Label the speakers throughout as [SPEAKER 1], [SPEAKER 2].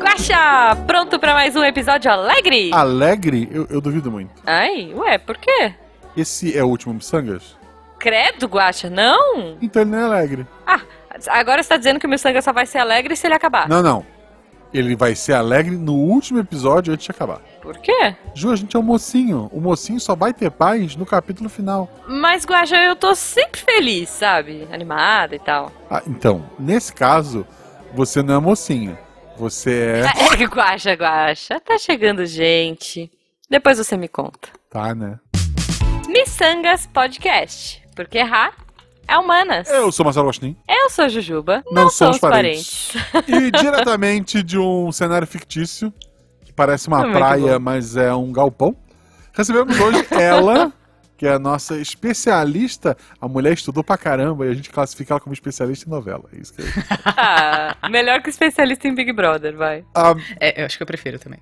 [SPEAKER 1] Guaxa, pronto pra mais um episódio alegre?
[SPEAKER 2] Ah. Alegre? Eu, eu duvido muito.
[SPEAKER 1] Ai, ué, por quê?
[SPEAKER 2] Esse é o último Missangas?
[SPEAKER 1] Credo, Guaxa, não?
[SPEAKER 2] Então ele não é alegre.
[SPEAKER 1] Ah, agora você tá dizendo que o Missanga só vai ser alegre se ele acabar.
[SPEAKER 2] Não, não. Ele vai ser alegre no último episódio antes de acabar.
[SPEAKER 1] Por quê?
[SPEAKER 2] Ju, a gente é um mocinho. O mocinho só vai ter paz no capítulo final.
[SPEAKER 1] Mas, Guaxa, eu tô sempre feliz, sabe? Animada e tal.
[SPEAKER 2] Ah, então, nesse caso, você não é mocinha. Você é.
[SPEAKER 1] É, Guaxa, Guaxa, tá chegando gente. Depois você me conta.
[SPEAKER 2] Tá, né?
[SPEAKER 1] Missangas Podcast, porque errar é humanas.
[SPEAKER 2] Eu sou Marcelo Agostinho.
[SPEAKER 1] Eu sou Jujuba,
[SPEAKER 2] Não
[SPEAKER 1] não, sou
[SPEAKER 2] somos
[SPEAKER 1] os parentes.
[SPEAKER 2] E diretamente de um cenário fictício, que parece
[SPEAKER 1] É
[SPEAKER 2] uma
[SPEAKER 1] Muito
[SPEAKER 2] praia, mas é um galpão, recebemos hoje ela, que é a nossa especialista. A mulher estudou pra caramba e a gente classifica ela como especialista em novela. É isso que é.
[SPEAKER 1] Ah, melhor que especialista em Big Brother, vai.
[SPEAKER 2] Ah,
[SPEAKER 3] É, eu acho que eu prefiro também.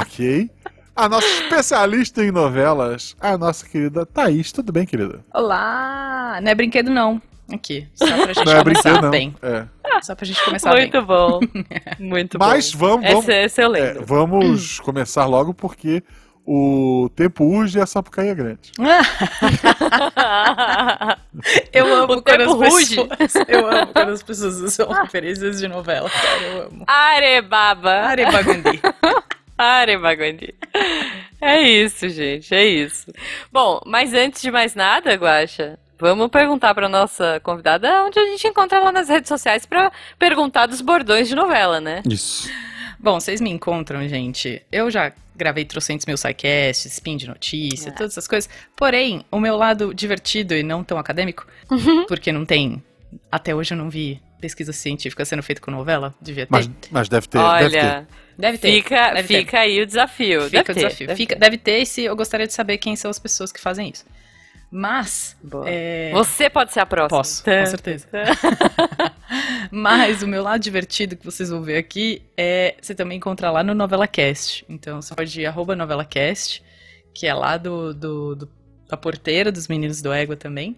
[SPEAKER 2] ok. A nossa especialista em novelas, a nossa querida Thaís. Tudo bem, querida?
[SPEAKER 3] Olá! Não é brinquedo, não. Aqui. Só pra gente
[SPEAKER 2] Não é
[SPEAKER 3] começar
[SPEAKER 2] brinquedo, não.
[SPEAKER 3] bem.
[SPEAKER 2] É.
[SPEAKER 3] Só pra gente começar bem.
[SPEAKER 1] Muito bom.
[SPEAKER 3] É.
[SPEAKER 1] Muito
[SPEAKER 2] Mas
[SPEAKER 1] bom.
[SPEAKER 2] vamos, vamos,
[SPEAKER 1] Esse, esse eu
[SPEAKER 2] é,
[SPEAKER 1] lembro.
[SPEAKER 2] vamos começar logo porque o tempo urge e a sapucaí é grande.
[SPEAKER 3] eu amo
[SPEAKER 1] O
[SPEAKER 3] quando
[SPEAKER 1] tempo
[SPEAKER 3] as
[SPEAKER 1] ruge.
[SPEAKER 3] pessoas. Eu amo quando as pessoas usam referências de novela. Cara, eu amo.
[SPEAKER 1] Arebaba.
[SPEAKER 3] Arebagandi.
[SPEAKER 1] Arebaguandi. É isso, gente, é isso. Bom, mas antes de mais nada, Guaxa, vamos perguntar pra nossa convidada onde a gente encontra ela nas redes sociais pra perguntar dos bordões de novela, né?
[SPEAKER 2] Isso.
[SPEAKER 3] Bom, vocês me encontram, gente. Eu já gravei trocentos mil sidecasts, spin de notícia, todas essas coisas. Porém, o meu lado divertido e não tão acadêmico, porque não tem. Até hoje eu não vi pesquisa científica sendo feita com novela. Devia ter.
[SPEAKER 2] Mas, mas deve ter, deve ter.
[SPEAKER 1] Olha,
[SPEAKER 3] Deve ter.
[SPEAKER 1] fica,
[SPEAKER 3] deve ter.
[SPEAKER 1] fica aí o desafio.
[SPEAKER 3] Fica
[SPEAKER 1] deve ter,
[SPEAKER 3] o desafio.
[SPEAKER 1] deve
[SPEAKER 3] Fica-
[SPEAKER 1] ter.
[SPEAKER 3] deve ter esse. Eu gostaria de saber quem são as pessoas que fazem isso. Mas.
[SPEAKER 1] Boa.
[SPEAKER 3] é,
[SPEAKER 1] Você pode ser a próxima. Então,
[SPEAKER 3] Posso, com certeza. Mas o meu lado divertido que vocês vão ver aqui é você também encontrar lá no NovelaCast. Então você pode ir arroba NovelaCast, que é lá do, do- do- da porteira dos meninos do Égua também.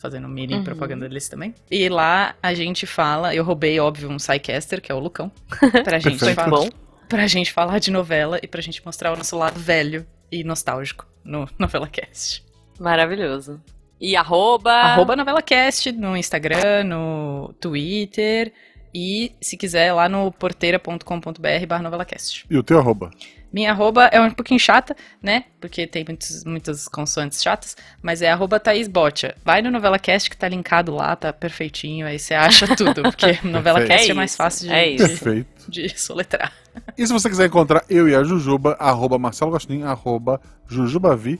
[SPEAKER 3] Fazendo mini
[SPEAKER 1] Uhum.
[SPEAKER 3] propaganda deles também. E lá a gente fala. Eu roubei, óbvio, um Psycaster, que é o Lucão. Pra gente
[SPEAKER 2] Perfeito.
[SPEAKER 3] falar
[SPEAKER 1] Bom,
[SPEAKER 3] pra gente falar de novela e pra gente mostrar o nosso lado velho e nostálgico no NovelaCast.
[SPEAKER 1] maravilhoso. E arroba.
[SPEAKER 3] Arroba NovelaCast no Instagram, no Twitter e, se quiser, lá no porteira.com.br barra NovelaCast.
[SPEAKER 2] E o teu arroba?
[SPEAKER 3] Minha arroba é um pouquinho chata, né? Porque tem muitos, muitas consoantes chatas, mas é arroba Thaís Botia. Vai no NovelaCast que tá linkado lá, tá perfeitinho, aí você acha tudo, porque NovelaCast é,
[SPEAKER 1] É
[SPEAKER 3] mais
[SPEAKER 1] isso,
[SPEAKER 3] fácil de,
[SPEAKER 1] é isso.
[SPEAKER 2] Perfeito.
[SPEAKER 3] de, de soletrar.
[SPEAKER 2] E se você quiser encontrar eu e a Jujuba, arroba Marcelo Gostin, arroba Jujubavi,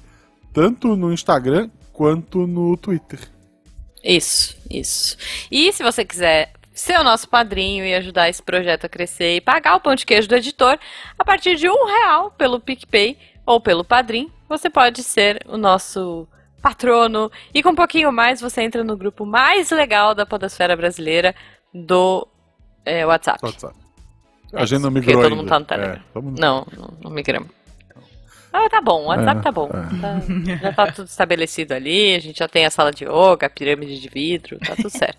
[SPEAKER 2] tanto no Instagram quanto no Twitter.
[SPEAKER 1] Isso, isso. E se você quiser ser o nosso padrinho e ajudar esse projeto a crescer e pagar o pão de queijo do editor, a partir de um real pelo PicPay ou pelo Padrim, você pode ser o nosso patrono. E com um pouquinho mais, você entra no grupo mais legal da podosfera brasileira do é, WhatsApp.
[SPEAKER 2] Só WhatsApp.
[SPEAKER 1] É
[SPEAKER 2] a gente não
[SPEAKER 1] isso, porque
[SPEAKER 2] migrou
[SPEAKER 1] todo
[SPEAKER 2] ainda.
[SPEAKER 1] mundo tá no Telegram.
[SPEAKER 2] É, todo mundo-
[SPEAKER 1] Não, não, não migramos. Ah, tá bom, o WhatsApp
[SPEAKER 2] É,
[SPEAKER 1] tá bom.
[SPEAKER 2] é.
[SPEAKER 1] Tá- já tá tudo estabelecido ali, a gente já tem a sala de yoga, a pirâmide de vidro, tá tudo certo.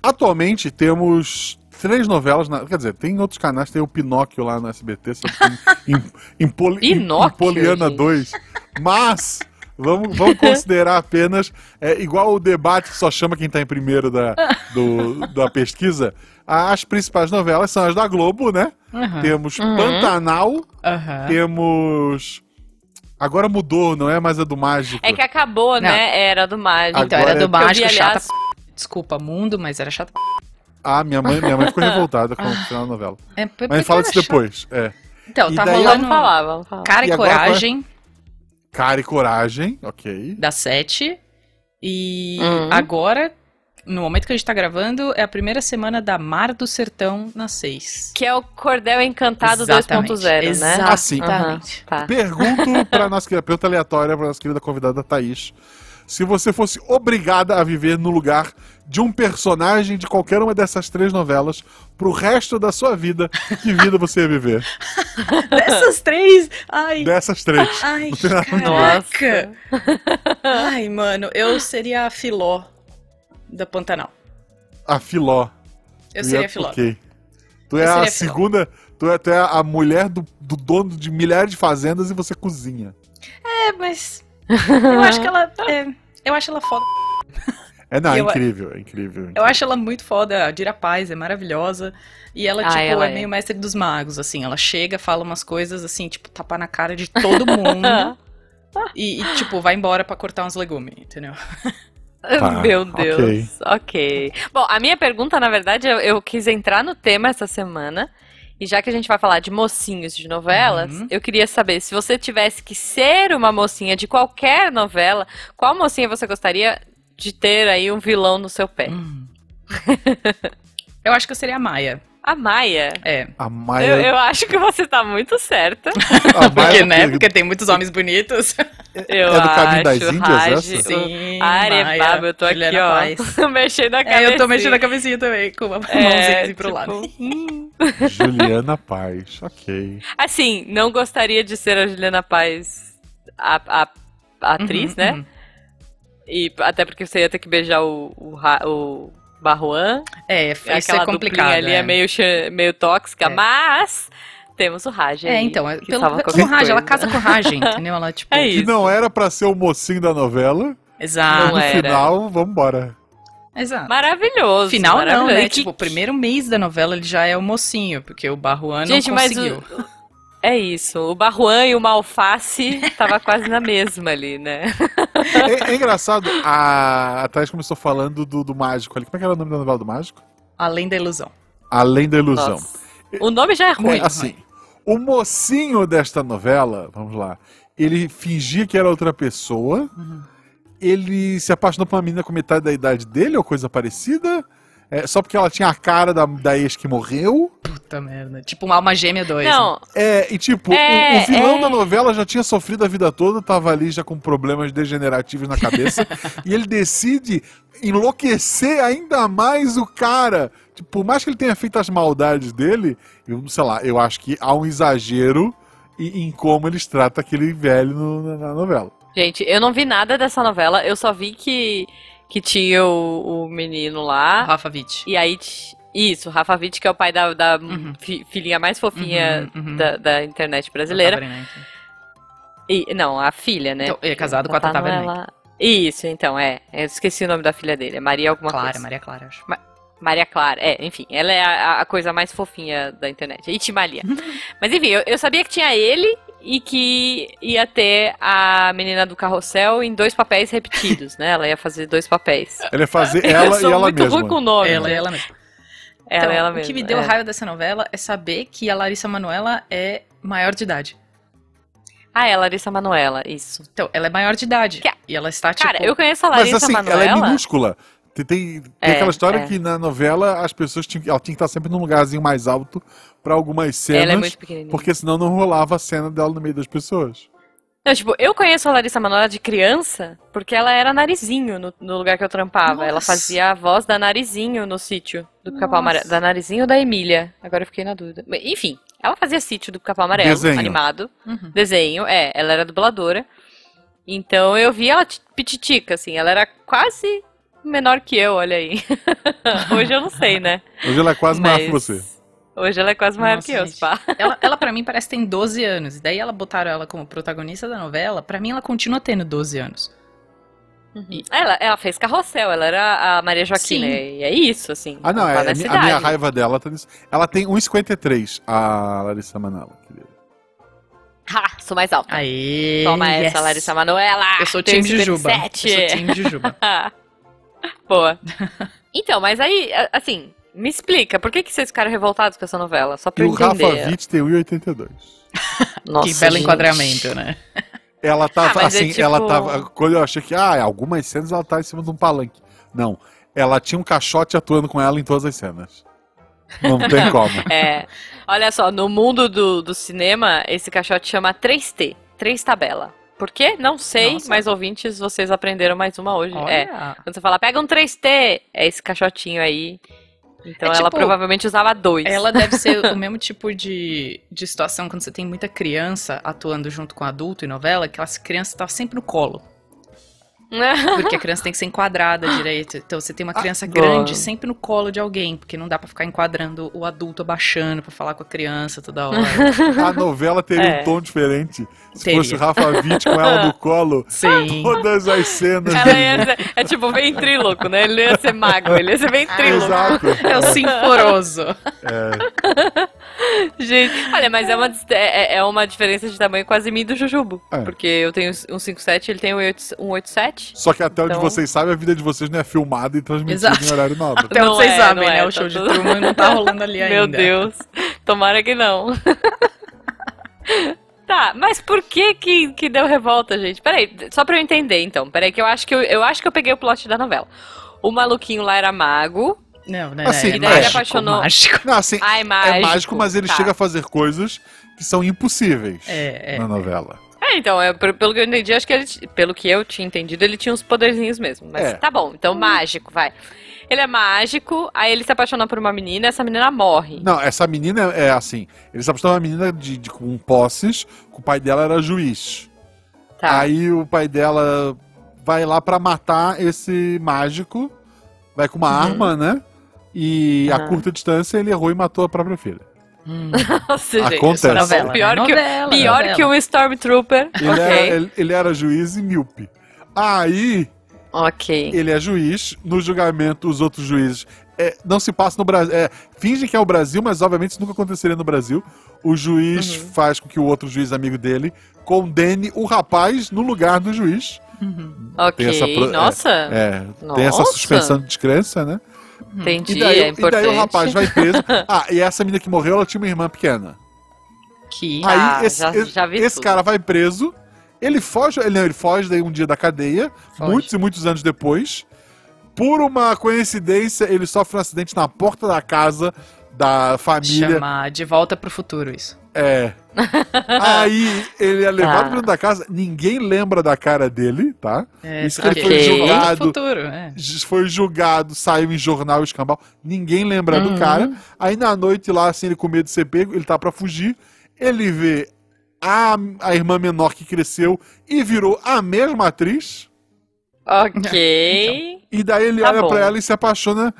[SPEAKER 2] Atualmente temos três novelas, na- quer dizer, tem outros canais, tem o Pinóquio lá no SBT, só que em, em, em Poli- em
[SPEAKER 1] Pinóquio,
[SPEAKER 2] Poliana
[SPEAKER 1] gente.
[SPEAKER 2] 2, mas... Vamos, vamos considerar apenas é, igual o debate que só chama quem tá em primeiro da, do- da pesquisa. As principais novelas são as da Globo, né?
[SPEAKER 3] Aham.
[SPEAKER 2] Temos
[SPEAKER 1] Uhum. É.
[SPEAKER 2] Pantanal,
[SPEAKER 3] Aham.
[SPEAKER 2] temos. Agora mudou, não é mais a do Mágico.
[SPEAKER 1] É que acabou,
[SPEAKER 3] Não.
[SPEAKER 1] né? Era do mágico.
[SPEAKER 3] Então
[SPEAKER 2] Agora
[SPEAKER 3] era do
[SPEAKER 2] é-
[SPEAKER 3] mágico,
[SPEAKER 1] Eu vi,
[SPEAKER 3] chata
[SPEAKER 1] aliás-
[SPEAKER 3] p... Desculpa, mundo, mas era chata p...
[SPEAKER 2] Ah, minha mãe, minha mãe ficou revoltada com o final da novela.
[SPEAKER 3] É, p- porque
[SPEAKER 2] Mas fala
[SPEAKER 3] era
[SPEAKER 2] disso
[SPEAKER 3] chato.
[SPEAKER 2] depois. É.
[SPEAKER 3] Então,
[SPEAKER 2] E
[SPEAKER 3] tá
[SPEAKER 2] daí-
[SPEAKER 3] rolando
[SPEAKER 1] Vamos falar, vamos falar.
[SPEAKER 3] Cara e,
[SPEAKER 2] E agora qual é?
[SPEAKER 3] Coragem,
[SPEAKER 2] Cara e coragem, ok.
[SPEAKER 3] da 7. E
[SPEAKER 1] Uhum.
[SPEAKER 3] agora, no momento que a gente tá gravando, é a primeira semana da Mar do Sertão na 6.
[SPEAKER 1] Que é o Cordel
[SPEAKER 3] Tá
[SPEAKER 1] Encantado 2.0, né?
[SPEAKER 2] Ah, sim.
[SPEAKER 3] Exatamente.
[SPEAKER 1] Tá.
[SPEAKER 2] Pergunto pra nossa querida, pergunta aleatória pra nossa querida convidada Thaís. Se você fosse obrigada a viver no lugar de um personagem de qualquer uma dessas três novelas pro resto da sua vida, que vida você ia viver?
[SPEAKER 3] Dessas três! Ai,
[SPEAKER 2] Dessas três.
[SPEAKER 3] ai,
[SPEAKER 2] Não tem nada muito
[SPEAKER 3] caraca! Ai, mano, eu seria a Filó da Pantanal.
[SPEAKER 2] a Filó.
[SPEAKER 3] Eu
[SPEAKER 2] Tu
[SPEAKER 3] seria
[SPEAKER 2] ia-
[SPEAKER 3] filó.
[SPEAKER 2] ok. Tu é
[SPEAKER 3] Eu
[SPEAKER 2] a
[SPEAKER 3] seria filó.
[SPEAKER 2] segunda. Tu é, tu é a mulher do, do dono de milhares de fazendas e você cozinha.
[SPEAKER 3] É, mas. Eu acho que ela. é, eu acho ela foda.
[SPEAKER 2] É, não,
[SPEAKER 3] E
[SPEAKER 2] é
[SPEAKER 3] eu-
[SPEAKER 2] incrível, é incrível.
[SPEAKER 3] Eu acho ela muito foda, a Dira Paz é maravilhosa. E ela,
[SPEAKER 1] Ah,
[SPEAKER 3] tipo,
[SPEAKER 1] ela
[SPEAKER 3] é
[SPEAKER 1] é.
[SPEAKER 3] meio mestre dos magos, assim. Ela chega, fala umas coisas, assim, tipo, tapa na cara de todo mundo. e, e, tipo, vai embora pra cortar uns legumes, entendeu?
[SPEAKER 2] Tá,
[SPEAKER 1] Meu
[SPEAKER 2] ok.
[SPEAKER 1] Deus. Ok. Bom, a minha pergunta, na verdade, eu, eu quis entrar no tema essa semana. E já que a gente vai falar de mocinhos de novelas,
[SPEAKER 3] Uhum.
[SPEAKER 1] eu queria saber se você tivesse que ser uma mocinha de qualquer novela, qual mocinha você gostaria de ter aí um vilão no seu
[SPEAKER 3] Hum.
[SPEAKER 1] pé?
[SPEAKER 3] eu acho que eu seria a Maia.
[SPEAKER 1] A Maia.
[SPEAKER 3] É.
[SPEAKER 2] A
[SPEAKER 1] Eu,
[SPEAKER 2] Maia.
[SPEAKER 1] eu acho que você tá muito certa.
[SPEAKER 2] a Maia
[SPEAKER 3] Porque, né?
[SPEAKER 2] querido,
[SPEAKER 3] Porque tem muitos homens bonitos.
[SPEAKER 1] Eu
[SPEAKER 2] É do Caminho das
[SPEAKER 1] acho,
[SPEAKER 2] Índias
[SPEAKER 1] Raj,
[SPEAKER 2] essa?
[SPEAKER 1] o-
[SPEAKER 3] Sim.
[SPEAKER 1] Are
[SPEAKER 3] Maia,
[SPEAKER 1] baba, é eu tô aqui,
[SPEAKER 3] Juliana
[SPEAKER 1] ó. É,
[SPEAKER 3] Paz.
[SPEAKER 1] mexendo a tipo, cabeça.
[SPEAKER 3] É, eu tô mexendo a cabecinha também, com uma mãozinha assim pro lado.
[SPEAKER 2] Juliana Paz. Ok.
[SPEAKER 1] Assim, não gostaria de ser a Juliana Paz, a, a- a atriz,
[SPEAKER 3] Uhum,
[SPEAKER 1] né?
[SPEAKER 3] uhum.
[SPEAKER 1] E até porque você ia ter que beijar o, o, Ra- o Barruan.
[SPEAKER 3] É, isso
[SPEAKER 1] Aquela
[SPEAKER 3] é complicado.
[SPEAKER 1] duplinha ali é,
[SPEAKER 3] é.
[SPEAKER 1] meio, cha- meio tóxica,
[SPEAKER 3] É.
[SPEAKER 1] mas temos o Raj
[SPEAKER 3] É,
[SPEAKER 1] aí,
[SPEAKER 3] então, é
[SPEAKER 1] que
[SPEAKER 3] pelo,
[SPEAKER 1] salva
[SPEAKER 3] com
[SPEAKER 1] qualquer
[SPEAKER 3] Raj, ela
[SPEAKER 1] coisa.
[SPEAKER 3] casa com Raj, entendeu? Ela, tipo,
[SPEAKER 1] É
[SPEAKER 2] Que
[SPEAKER 1] isso. Ah,
[SPEAKER 2] não era pra ser o mocinho da novela.
[SPEAKER 3] Exato.
[SPEAKER 1] Não
[SPEAKER 2] no
[SPEAKER 1] era.
[SPEAKER 2] final, vambora.
[SPEAKER 3] Exato.
[SPEAKER 1] Maravilhoso.
[SPEAKER 3] Final não,
[SPEAKER 1] maravilhoso.
[SPEAKER 3] né?
[SPEAKER 1] E que-
[SPEAKER 3] Tipo, o primeiro mês da novela ele já é o mocinho, porque o Barruan não
[SPEAKER 1] Gente, mas
[SPEAKER 3] conseguiu.
[SPEAKER 1] o- É isso. O Barruan e o Malface tava quase na mesma ali, né?
[SPEAKER 2] É, é engraçado, a, a Thais começou falando do, do Mágico ali. Como é que era o nome da novela do Mágico?
[SPEAKER 3] Além da ilusão.
[SPEAKER 2] Além da Ilusão.
[SPEAKER 1] Nossa. O nome já é ruim.
[SPEAKER 2] É, assim, o mocinho desta novela, vamos lá, ele fingia que era outra pessoa,
[SPEAKER 1] Uhum.
[SPEAKER 2] ele se apaixonou por uma menina com metade da idade dele, ou coisa parecida, é, só porque ela tinha a cara da, da ex que morreu.
[SPEAKER 3] Puta merda. Tipo, uma alma gêmea né? 2.
[SPEAKER 1] Não,
[SPEAKER 2] É, e tipo, o-
[SPEAKER 1] É,
[SPEAKER 2] o, vilão
[SPEAKER 1] é.
[SPEAKER 2] da novela já tinha sofrido a vida toda, tava ali já com problemas degenerativos na cabeça, e ele decide enlouquecer ainda mais o cara. Tipo, por mais que ele tenha feito as maldades dele, eu não sei lá, eu acho que há um exagero em, em como eles tratam aquele velho no- na, na novela.
[SPEAKER 1] gente, eu não vi nada dessa novela. Eu só vi que, que tinha o, o menino lá.
[SPEAKER 3] Rafa Witt.
[SPEAKER 1] E aí. t- Isso, o Rafa Witt, que é o pai da, da
[SPEAKER 3] Uhum.
[SPEAKER 1] fi- filhinha mais fofinha
[SPEAKER 3] Uhum, uhum.
[SPEAKER 1] Da, da internet brasileira. Né?
[SPEAKER 3] Tata Werneck.
[SPEAKER 1] E, não, a filha, né?
[SPEAKER 3] Então, ele é casado com a Tata
[SPEAKER 1] não é
[SPEAKER 3] Werneck.
[SPEAKER 1] lá. Isso, então, é. Eu esqueci o nome da filha dele. É Maria alguma
[SPEAKER 3] Clara,
[SPEAKER 1] coisa.
[SPEAKER 3] Maria Clara, acho.
[SPEAKER 1] Maria Clara, é, enfim, ela é a, a coisa mais fofinha da internet. Itimalia. Mas enfim, eu, eu sabia que tinha ele e que ia ter a menina do carrossel em dois papéis repetidos, né? Ela ia fazer dois papéis.
[SPEAKER 2] Ele é fazer ela e
[SPEAKER 1] eu sou
[SPEAKER 2] ela
[SPEAKER 1] muito ruim com
[SPEAKER 2] mesma.
[SPEAKER 1] o nome.
[SPEAKER 3] Ela é
[SPEAKER 1] ela,
[SPEAKER 3] ela mesma.
[SPEAKER 1] é
[SPEAKER 3] Então,
[SPEAKER 1] ela
[SPEAKER 3] O
[SPEAKER 1] mesma.
[SPEAKER 3] que me deu
[SPEAKER 1] é.
[SPEAKER 3] raiva dessa novela é saber que a Larissa Manoela é maior de idade.
[SPEAKER 1] Ah, é a Larissa Manoela, isso.
[SPEAKER 3] Então, ela é maior de idade.
[SPEAKER 1] Que-
[SPEAKER 3] E ela está,
[SPEAKER 1] Cara,
[SPEAKER 3] tipo...
[SPEAKER 1] eu conheço a
[SPEAKER 2] Mas
[SPEAKER 1] Larissa
[SPEAKER 2] assim,
[SPEAKER 1] Manoela.
[SPEAKER 2] ela é minúscula. Tem, tem, tem
[SPEAKER 1] É,
[SPEAKER 2] aquela história
[SPEAKER 1] é.
[SPEAKER 2] que na novela as pessoas tinham, que- ela tinha que estar sempre num lugarzinho mais alto pra algumas cenas.
[SPEAKER 1] Ela é muito pequenininha.
[SPEAKER 2] né? Porque senão não rolava a cena dela no meio das pessoas.
[SPEAKER 1] Não, tipo, eu conheço a Larissa Manoela de criança porque ela era narizinho no, no lugar que eu trampava. Ela
[SPEAKER 3] Nossa.
[SPEAKER 1] fazia a voz da narizinho no sítio do Capão
[SPEAKER 3] Nossa.
[SPEAKER 1] Amarelo. Da narizinho ou da Emília? Agora eu fiquei na dúvida. Mas, Enfim, ela fazia sítio do Capão Amarelo,
[SPEAKER 2] Desenho.
[SPEAKER 1] animado.
[SPEAKER 3] Uhum.
[SPEAKER 1] Desenho, é, ela era dubladora. Então eu vi ela ti- pititica, assim, ela era quase menor que eu, olha aí. Hoje eu não sei, né?
[SPEAKER 2] Hoje ela é quase maior
[SPEAKER 1] Mas
[SPEAKER 2] que você.
[SPEAKER 1] Hoje ela é quase maior
[SPEAKER 3] Nossa,
[SPEAKER 1] que eu,
[SPEAKER 3] gente.
[SPEAKER 1] pá.
[SPEAKER 3] Ela, ela para mim parece que tem 12 anos. E daí ela botaram ela como protagonista da novela. Pra mim ela continua tendo 12 anos. E-
[SPEAKER 1] Ela, ela fez carrossel, ela era a Maria Joaquina.
[SPEAKER 3] Sim.
[SPEAKER 1] E é isso, assim.
[SPEAKER 2] Ah, não,
[SPEAKER 1] ela
[SPEAKER 2] é,
[SPEAKER 1] tá
[SPEAKER 2] a,
[SPEAKER 1] nessa
[SPEAKER 2] mi- a
[SPEAKER 1] idade.
[SPEAKER 2] minha raiva dela tá nisso. Ela tem 1,53, a Larissa Manoela. querida.
[SPEAKER 1] Ha, sou mais alta.
[SPEAKER 3] Aê!
[SPEAKER 1] Toma
[SPEAKER 3] yes.
[SPEAKER 1] essa, Larissa Manoela.
[SPEAKER 3] Eu sou
[SPEAKER 1] Tenho
[SPEAKER 3] time Jujuba. Eu
[SPEAKER 1] 57.
[SPEAKER 3] sou time Jujuba.
[SPEAKER 1] Boa. Então, mas aí, a- assim, me explica, por que, que vocês ficaram revoltados com essa novela? Só pra
[SPEAKER 2] E
[SPEAKER 1] eu
[SPEAKER 2] o Rafa
[SPEAKER 1] entender.
[SPEAKER 2] Witt tem 1,82.
[SPEAKER 1] Nossa,
[SPEAKER 3] que belo
[SPEAKER 1] gente.
[SPEAKER 3] enquadramento, né?
[SPEAKER 2] Ela tava
[SPEAKER 1] Ah, mas é
[SPEAKER 2] assim,
[SPEAKER 1] tipo-
[SPEAKER 2] ela tava. Quando eu achei que, ah, algumas cenas ela tá em cima de um palanque. Não. Ela tinha um caixote atuando com ela em todas as cenas. Não tem como.
[SPEAKER 1] É. Olha só, no mundo do, do cinema, esse caixote chama 3T, 3 tabela. Por quê? Não sei,
[SPEAKER 3] Nossa.
[SPEAKER 1] mas ouvintes, vocês aprenderam mais uma hoje. É.
[SPEAKER 3] Olha.
[SPEAKER 1] Quando você fala, pega um 3T, é esse caixotinho aí. Então
[SPEAKER 3] É
[SPEAKER 1] ela
[SPEAKER 3] tipo-
[SPEAKER 1] provavelmente usava dois.
[SPEAKER 3] Ela deve ser o mesmo tipo de, de situação quando você tem tá muita criança atuando junto com adulto em novela, que as crianças estão sempre no colo. Porque a criança tem que ser enquadrada direito. Então você tem uma
[SPEAKER 2] Ah,
[SPEAKER 3] criança
[SPEAKER 1] boa.
[SPEAKER 3] grande sempre no colo de alguém, porque não dá pra ficar enquadrando o adulto abaixando pra falar com a criança toda hora.
[SPEAKER 2] A novela teria
[SPEAKER 1] É.
[SPEAKER 2] um tom diferente se
[SPEAKER 3] Teria.
[SPEAKER 2] fosse o Rafa Witt com ela no colo.
[SPEAKER 3] Sim.
[SPEAKER 2] Todas as cenas.
[SPEAKER 1] Ela ia ser, é tipo ventríloco, né? Ele não ia ser mago, ele ia ser
[SPEAKER 3] Ah,
[SPEAKER 1] ventríloco.
[SPEAKER 2] Exato.
[SPEAKER 3] É o sinforoso.
[SPEAKER 1] Gente, olha, mas é uma, dis- é, é- é uma diferença de tamanho quase mim do Jujubo.
[SPEAKER 2] É.
[SPEAKER 1] Porque eu tenho um 57, ele tem um 8 um 87.
[SPEAKER 2] Só que até onde
[SPEAKER 1] Então-
[SPEAKER 2] vocês sabem, a vida de vocês não é filmada e transmitida
[SPEAKER 3] Exato.
[SPEAKER 2] em horário nobre.
[SPEAKER 3] Até onde
[SPEAKER 1] Não
[SPEAKER 3] vocês
[SPEAKER 1] é,
[SPEAKER 3] sabem,
[SPEAKER 1] não é,
[SPEAKER 3] né?
[SPEAKER 1] tá
[SPEAKER 3] o show de
[SPEAKER 1] tudo-
[SPEAKER 3] Truman não tá rolando ali ainda.
[SPEAKER 1] Meu Deus. Tomara que não. Tá, mas por que, que que deu revolta, gente? Peraí, só pra eu entender então. Peraí, que eu acho que eu, eu acho que eu peguei o plot da novela. O maluquinho lá era mago.
[SPEAKER 3] Não, né?
[SPEAKER 2] Assim,
[SPEAKER 3] é
[SPEAKER 2] E daí ele
[SPEAKER 3] mágico,
[SPEAKER 1] apaixonou.
[SPEAKER 3] mágico.
[SPEAKER 2] Não, assim,
[SPEAKER 1] Ai, mágico.
[SPEAKER 2] é mágico, mas ele
[SPEAKER 1] Tá.
[SPEAKER 2] chega a fazer coisas que são impossíveis
[SPEAKER 3] É, é.
[SPEAKER 2] na novela.
[SPEAKER 1] É, então, é, por- pelo que eu entendi, acho que ele. t- Pelo que eu tinha entendido, ele tinha uns poderzinhos mesmo. Mas
[SPEAKER 2] É.
[SPEAKER 1] tá bom, então
[SPEAKER 3] Hum.
[SPEAKER 1] mágico, vai. Ele é mágico, aí ele se apaixona por uma menina, essa menina morre.
[SPEAKER 2] Não, essa menina é é assim. Ele se apaixonou uma menina de, de- com posses, que o pai dela era juiz.
[SPEAKER 1] Tá.
[SPEAKER 2] Aí o pai dela vai lá pra matar esse mágico, vai com uma arma, né? E a
[SPEAKER 1] Uhum. Aham.
[SPEAKER 2] curta distância ele errou e matou a própria filha.
[SPEAKER 3] Hum,
[SPEAKER 1] Nossa, gente,
[SPEAKER 2] Acontece.
[SPEAKER 1] essa novela
[SPEAKER 3] novela,
[SPEAKER 1] é pior
[SPEAKER 3] né?
[SPEAKER 1] que,
[SPEAKER 3] Novela,
[SPEAKER 1] pior
[SPEAKER 3] novela.
[SPEAKER 1] que um Stormtrooper.
[SPEAKER 2] Ele,
[SPEAKER 1] ok.
[SPEAKER 2] era, ele- é ele era juiz e míope. Aí
[SPEAKER 1] Ok.
[SPEAKER 2] ele é juiz, no julgamento os outros juízes. é, não se passa no Brasil. É, fingem que é o Brasil, mas obviamente isso nunca aconteceria no Brasil. O juiz
[SPEAKER 1] Uhum.
[SPEAKER 2] faz com que o outro juiz amigo dele condene o rapaz no lugar do juiz.
[SPEAKER 3] uhum.
[SPEAKER 1] Ok.
[SPEAKER 2] essa pro- é,
[SPEAKER 1] Nossa.
[SPEAKER 2] É, tem essa
[SPEAKER 1] Nossa.
[SPEAKER 2] suspensão de descrença, né?
[SPEAKER 1] Entendi,
[SPEAKER 2] e, daí,
[SPEAKER 1] é
[SPEAKER 2] e daí
[SPEAKER 1] importante.
[SPEAKER 2] o rapaz vai preso. Ah, e essa menina que morreu, ela tinha uma irmã pequena.
[SPEAKER 3] Que.
[SPEAKER 1] Ah, Tá,
[SPEAKER 2] Aí esse,
[SPEAKER 1] já-
[SPEAKER 2] esse-
[SPEAKER 1] já vi
[SPEAKER 2] esse
[SPEAKER 1] tudo.
[SPEAKER 2] cara vai preso, ele foge, ele, não, ele foge daí um dia da cadeia,
[SPEAKER 3] Foge.
[SPEAKER 2] muitos e muitos anos depois. Por uma coincidência, ele sofre um acidente na porta da casa da família.
[SPEAKER 3] Chamar de volta pro futuro isso.
[SPEAKER 2] É. Aí ele é levado
[SPEAKER 1] Tá.
[SPEAKER 2] pra dentro da casa, ninguém lembra da cara dele, tá?
[SPEAKER 3] É,
[SPEAKER 2] Isso que ele
[SPEAKER 1] foi
[SPEAKER 2] julgado.
[SPEAKER 3] futuro, é.
[SPEAKER 2] J- Foi julgado, saiu em jornal escambau, ninguém lembra
[SPEAKER 1] Uhum.
[SPEAKER 3] Uhum.
[SPEAKER 2] do cara. Aí na noite lá, assim, ele com medo de ser pego, ele tá pra fugir. Ele vê a, a irmã menor que cresceu e virou a mesma atriz.
[SPEAKER 1] Ok.
[SPEAKER 2] E daí ele
[SPEAKER 1] Tá
[SPEAKER 2] olha
[SPEAKER 1] bom.
[SPEAKER 2] pra ela e se apaixona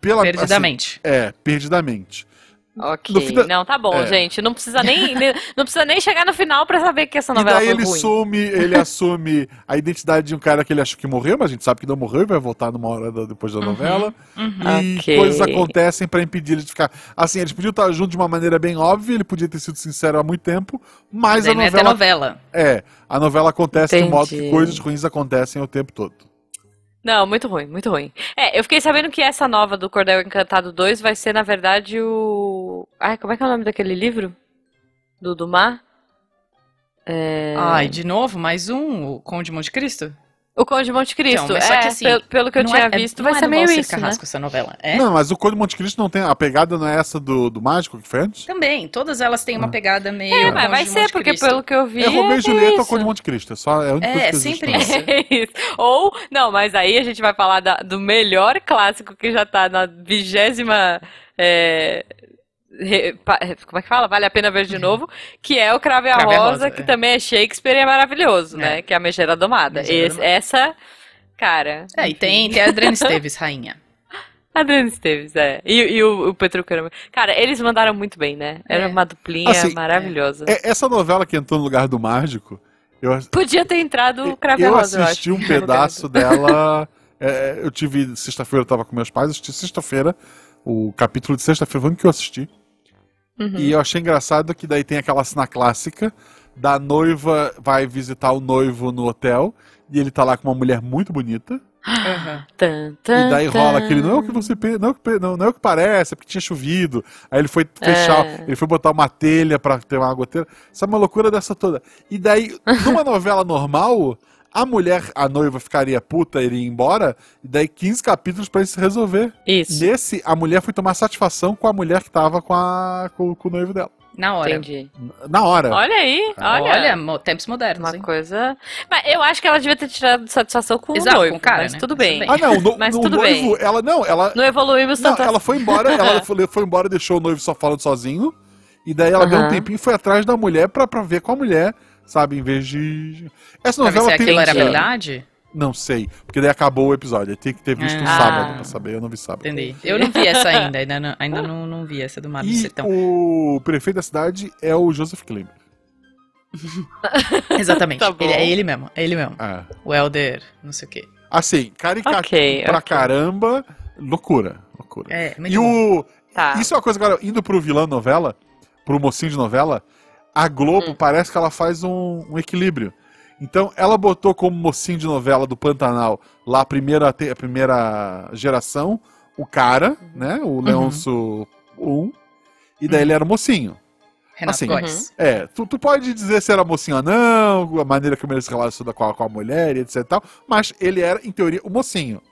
[SPEAKER 2] pela. assim,
[SPEAKER 3] Perdidamente.
[SPEAKER 2] é, perdidamente. No
[SPEAKER 1] Ok.
[SPEAKER 2] fina-
[SPEAKER 1] Não, tá bom,
[SPEAKER 2] É.
[SPEAKER 1] gente. Não precisa nem. nem- Não precisa nem chegar no final pra saber que essa
[SPEAKER 2] E
[SPEAKER 1] É novela
[SPEAKER 2] daí
[SPEAKER 1] foi
[SPEAKER 2] ele
[SPEAKER 1] ruim.
[SPEAKER 2] assume, ele assume a identidade de um cara que ele achou que morreu, mas a gente sabe que não morreu e vai voltar numa hora da- depois da novela. E
[SPEAKER 1] Uhum. Ok.
[SPEAKER 2] coisas acontecem pra impedir ele de ficar. Assim, eles podiam estar juntos de uma maneira bem óbvia, ele podia ter sido sincero há muito tempo, mas
[SPEAKER 3] Daí
[SPEAKER 2] a
[SPEAKER 3] não é até
[SPEAKER 2] novela.
[SPEAKER 3] novela.
[SPEAKER 2] É, a novela acontece de modo que
[SPEAKER 1] Entendi.
[SPEAKER 2] coisas ruins acontecem o tempo todo.
[SPEAKER 1] Não, muito ruim, muito ruim. É, eu fiquei sabendo que essa nova do Cordel Encantado 2 vai ser, na verdade, o. Ai, como é que é o nome daquele livro? Do Dumas? É,
[SPEAKER 2] É.
[SPEAKER 3] Ai, de novo, mais um, o Conde Monte Cristo?
[SPEAKER 1] O Conde de Monte Cristo.
[SPEAKER 3] Então, mas só
[SPEAKER 1] é,
[SPEAKER 3] que assim,
[SPEAKER 1] pelo, pelo que eu
[SPEAKER 3] Não
[SPEAKER 1] tinha
[SPEAKER 3] é- é-
[SPEAKER 1] visto,
[SPEAKER 3] não
[SPEAKER 1] vai
[SPEAKER 3] é
[SPEAKER 1] ser
[SPEAKER 3] do
[SPEAKER 1] meio
[SPEAKER 3] Valcir
[SPEAKER 1] isso, né?
[SPEAKER 3] Carrasco essa novela, é?
[SPEAKER 2] Não, mas o Conde de Monte Cristo não tem. A pegada não é essa do, do mágico que foi antes?
[SPEAKER 3] Também, todas elas têm uma pegada meio.
[SPEAKER 1] É,
[SPEAKER 3] Conde
[SPEAKER 1] mas vai
[SPEAKER 3] de
[SPEAKER 1] ser,
[SPEAKER 3] Monte
[SPEAKER 1] porque
[SPEAKER 3] Cristo.
[SPEAKER 1] pelo que eu vi.
[SPEAKER 2] É Romeu
[SPEAKER 1] é
[SPEAKER 2] e Julieta ou
[SPEAKER 1] isso.
[SPEAKER 2] Conde de Monte Cristo. É, só, é, a única
[SPEAKER 3] É,
[SPEAKER 2] coisa que existe
[SPEAKER 3] sempre
[SPEAKER 2] na novela.
[SPEAKER 3] isso.
[SPEAKER 1] É isso. Ou, não, mas aí a gente vai falar da- do melhor clássico que já tá na vigésima. é, re- pa- como é que fala? Vale a pena ver de novo. Que é o Cravo e a
[SPEAKER 3] Cravo e a
[SPEAKER 1] Rosa,
[SPEAKER 3] Rosa,
[SPEAKER 1] que
[SPEAKER 3] é.
[SPEAKER 1] também é Shakespeare e é maravilhoso,
[SPEAKER 3] É.
[SPEAKER 1] né? Que é a Megera Domada.
[SPEAKER 3] Megera
[SPEAKER 1] Esse-
[SPEAKER 3] Domada.
[SPEAKER 1] Essa, cara.
[SPEAKER 3] É, e tem, tem a Adriana Esteves, rainha.
[SPEAKER 1] Adriano Esteves, é. E, e o, o Petro Câmara. Cara, eles mandaram muito bem, né? Era
[SPEAKER 3] É.
[SPEAKER 1] uma duplinha
[SPEAKER 2] Assim,
[SPEAKER 1] maravilhosa.
[SPEAKER 2] É, essa novela que entrou no lugar do mágico, eu,
[SPEAKER 1] Podia ter entrado o Cravo e a
[SPEAKER 2] eu
[SPEAKER 1] Rosa, eu acho.
[SPEAKER 2] assisti um pedaço dela. é, eu tive. Sexta-feira eu tava com meus pais, assisti sexta-feira. O capítulo de sexta-feira foi o único que eu assisti.
[SPEAKER 1] Uhum.
[SPEAKER 2] E eu achei engraçado que daí tem aquela cena clássica da noiva vai visitar o noivo no hotel e ele tá lá com uma mulher muito bonita.
[SPEAKER 3] Aham.
[SPEAKER 1] Tan,
[SPEAKER 2] e daí rola
[SPEAKER 1] tan,
[SPEAKER 2] aquele não é o que você pe- não é o que, pe- não, não é o que parece, é porque tinha chovido. Aí ele foi fechar,
[SPEAKER 1] É.
[SPEAKER 2] ele foi botar uma telha pra ter uma goteira. Essa é uma loucura dessa toda. E daí, numa novela normal, a mulher, a noiva ficaria puta, iria embora, e daí 15 capítulos pra isso se resolver.
[SPEAKER 1] Isso.
[SPEAKER 2] Nesse, a mulher foi tomar satisfação com a mulher que tava com, a, com, com o noivo dela.
[SPEAKER 3] Na hora.
[SPEAKER 1] Entendi.
[SPEAKER 2] Na hora.
[SPEAKER 1] Olha aí, olha.
[SPEAKER 3] Olha, mo- tempos modernos,
[SPEAKER 1] uma
[SPEAKER 3] hein?
[SPEAKER 1] coisa. Mas eu acho que ela devia ter tirado satisfação com
[SPEAKER 3] Exato,
[SPEAKER 1] o
[SPEAKER 3] com
[SPEAKER 1] noivo,
[SPEAKER 3] o cara,
[SPEAKER 1] mas
[SPEAKER 3] né?
[SPEAKER 1] tudo
[SPEAKER 3] Mas
[SPEAKER 1] bem.
[SPEAKER 3] tudo
[SPEAKER 2] Ah, não, no,
[SPEAKER 1] Mas
[SPEAKER 2] no
[SPEAKER 1] tudo bem.
[SPEAKER 2] noivo, ela não, ela
[SPEAKER 1] Não evoluímos
[SPEAKER 2] Não,
[SPEAKER 1] tanto
[SPEAKER 2] ela foi embora,
[SPEAKER 3] É.
[SPEAKER 2] ela foi, foi embora, deixou o noivo só falando sozinho. E daí ela deu um
[SPEAKER 1] Aham.
[SPEAKER 2] tempinho e foi atrás da mulher pra, pra ver com a mulher, sabe? Em vez de. Essa
[SPEAKER 3] Pra ver
[SPEAKER 2] novela
[SPEAKER 3] se
[SPEAKER 2] tem. um
[SPEAKER 3] aquilo era
[SPEAKER 1] Entendi.
[SPEAKER 3] verdade.
[SPEAKER 2] Não sei, porque daí acabou o episódio. Eu tenho que ter visto
[SPEAKER 3] Ah.
[SPEAKER 2] um sábado pra saber, eu não vi sábado.
[SPEAKER 3] Entendi. Eu não vi essa ainda, ainda não, ainda não, não vi essa do Mar do
[SPEAKER 2] E
[SPEAKER 3] Sertão.
[SPEAKER 2] o prefeito da cidade é o Joseph Klimber.
[SPEAKER 3] Exatamente.
[SPEAKER 1] Tá bom.
[SPEAKER 3] ele, é ele mesmo, é ele mesmo.
[SPEAKER 2] Ah.
[SPEAKER 3] O Helder, não sei o quê.
[SPEAKER 2] Assim, caricatura
[SPEAKER 1] Ok,
[SPEAKER 2] pra
[SPEAKER 1] ok.
[SPEAKER 2] caramba, loucura, loucura.
[SPEAKER 3] É, muito
[SPEAKER 2] e
[SPEAKER 3] bom.
[SPEAKER 2] o
[SPEAKER 1] Tá.
[SPEAKER 2] Isso é uma coisa, agora, indo pro vilão de novela, pro mocinho de novela, a Globo parece que ela faz um, um equilíbrio. Então, ela botou como mocinho de novela do Pantanal, lá a primeira, te- a primeira geração, o cara, né? O Leôncio 1. E daí ele era o mocinho.
[SPEAKER 3] Renato
[SPEAKER 2] assim,
[SPEAKER 1] Uhum.
[SPEAKER 3] Góes.
[SPEAKER 2] É, tu, tu pode dizer se era mocinho ou não, a maneira como ele se relaciona com a, com a mulher e etc e tal, mas ele era, em teoria, o mocinho.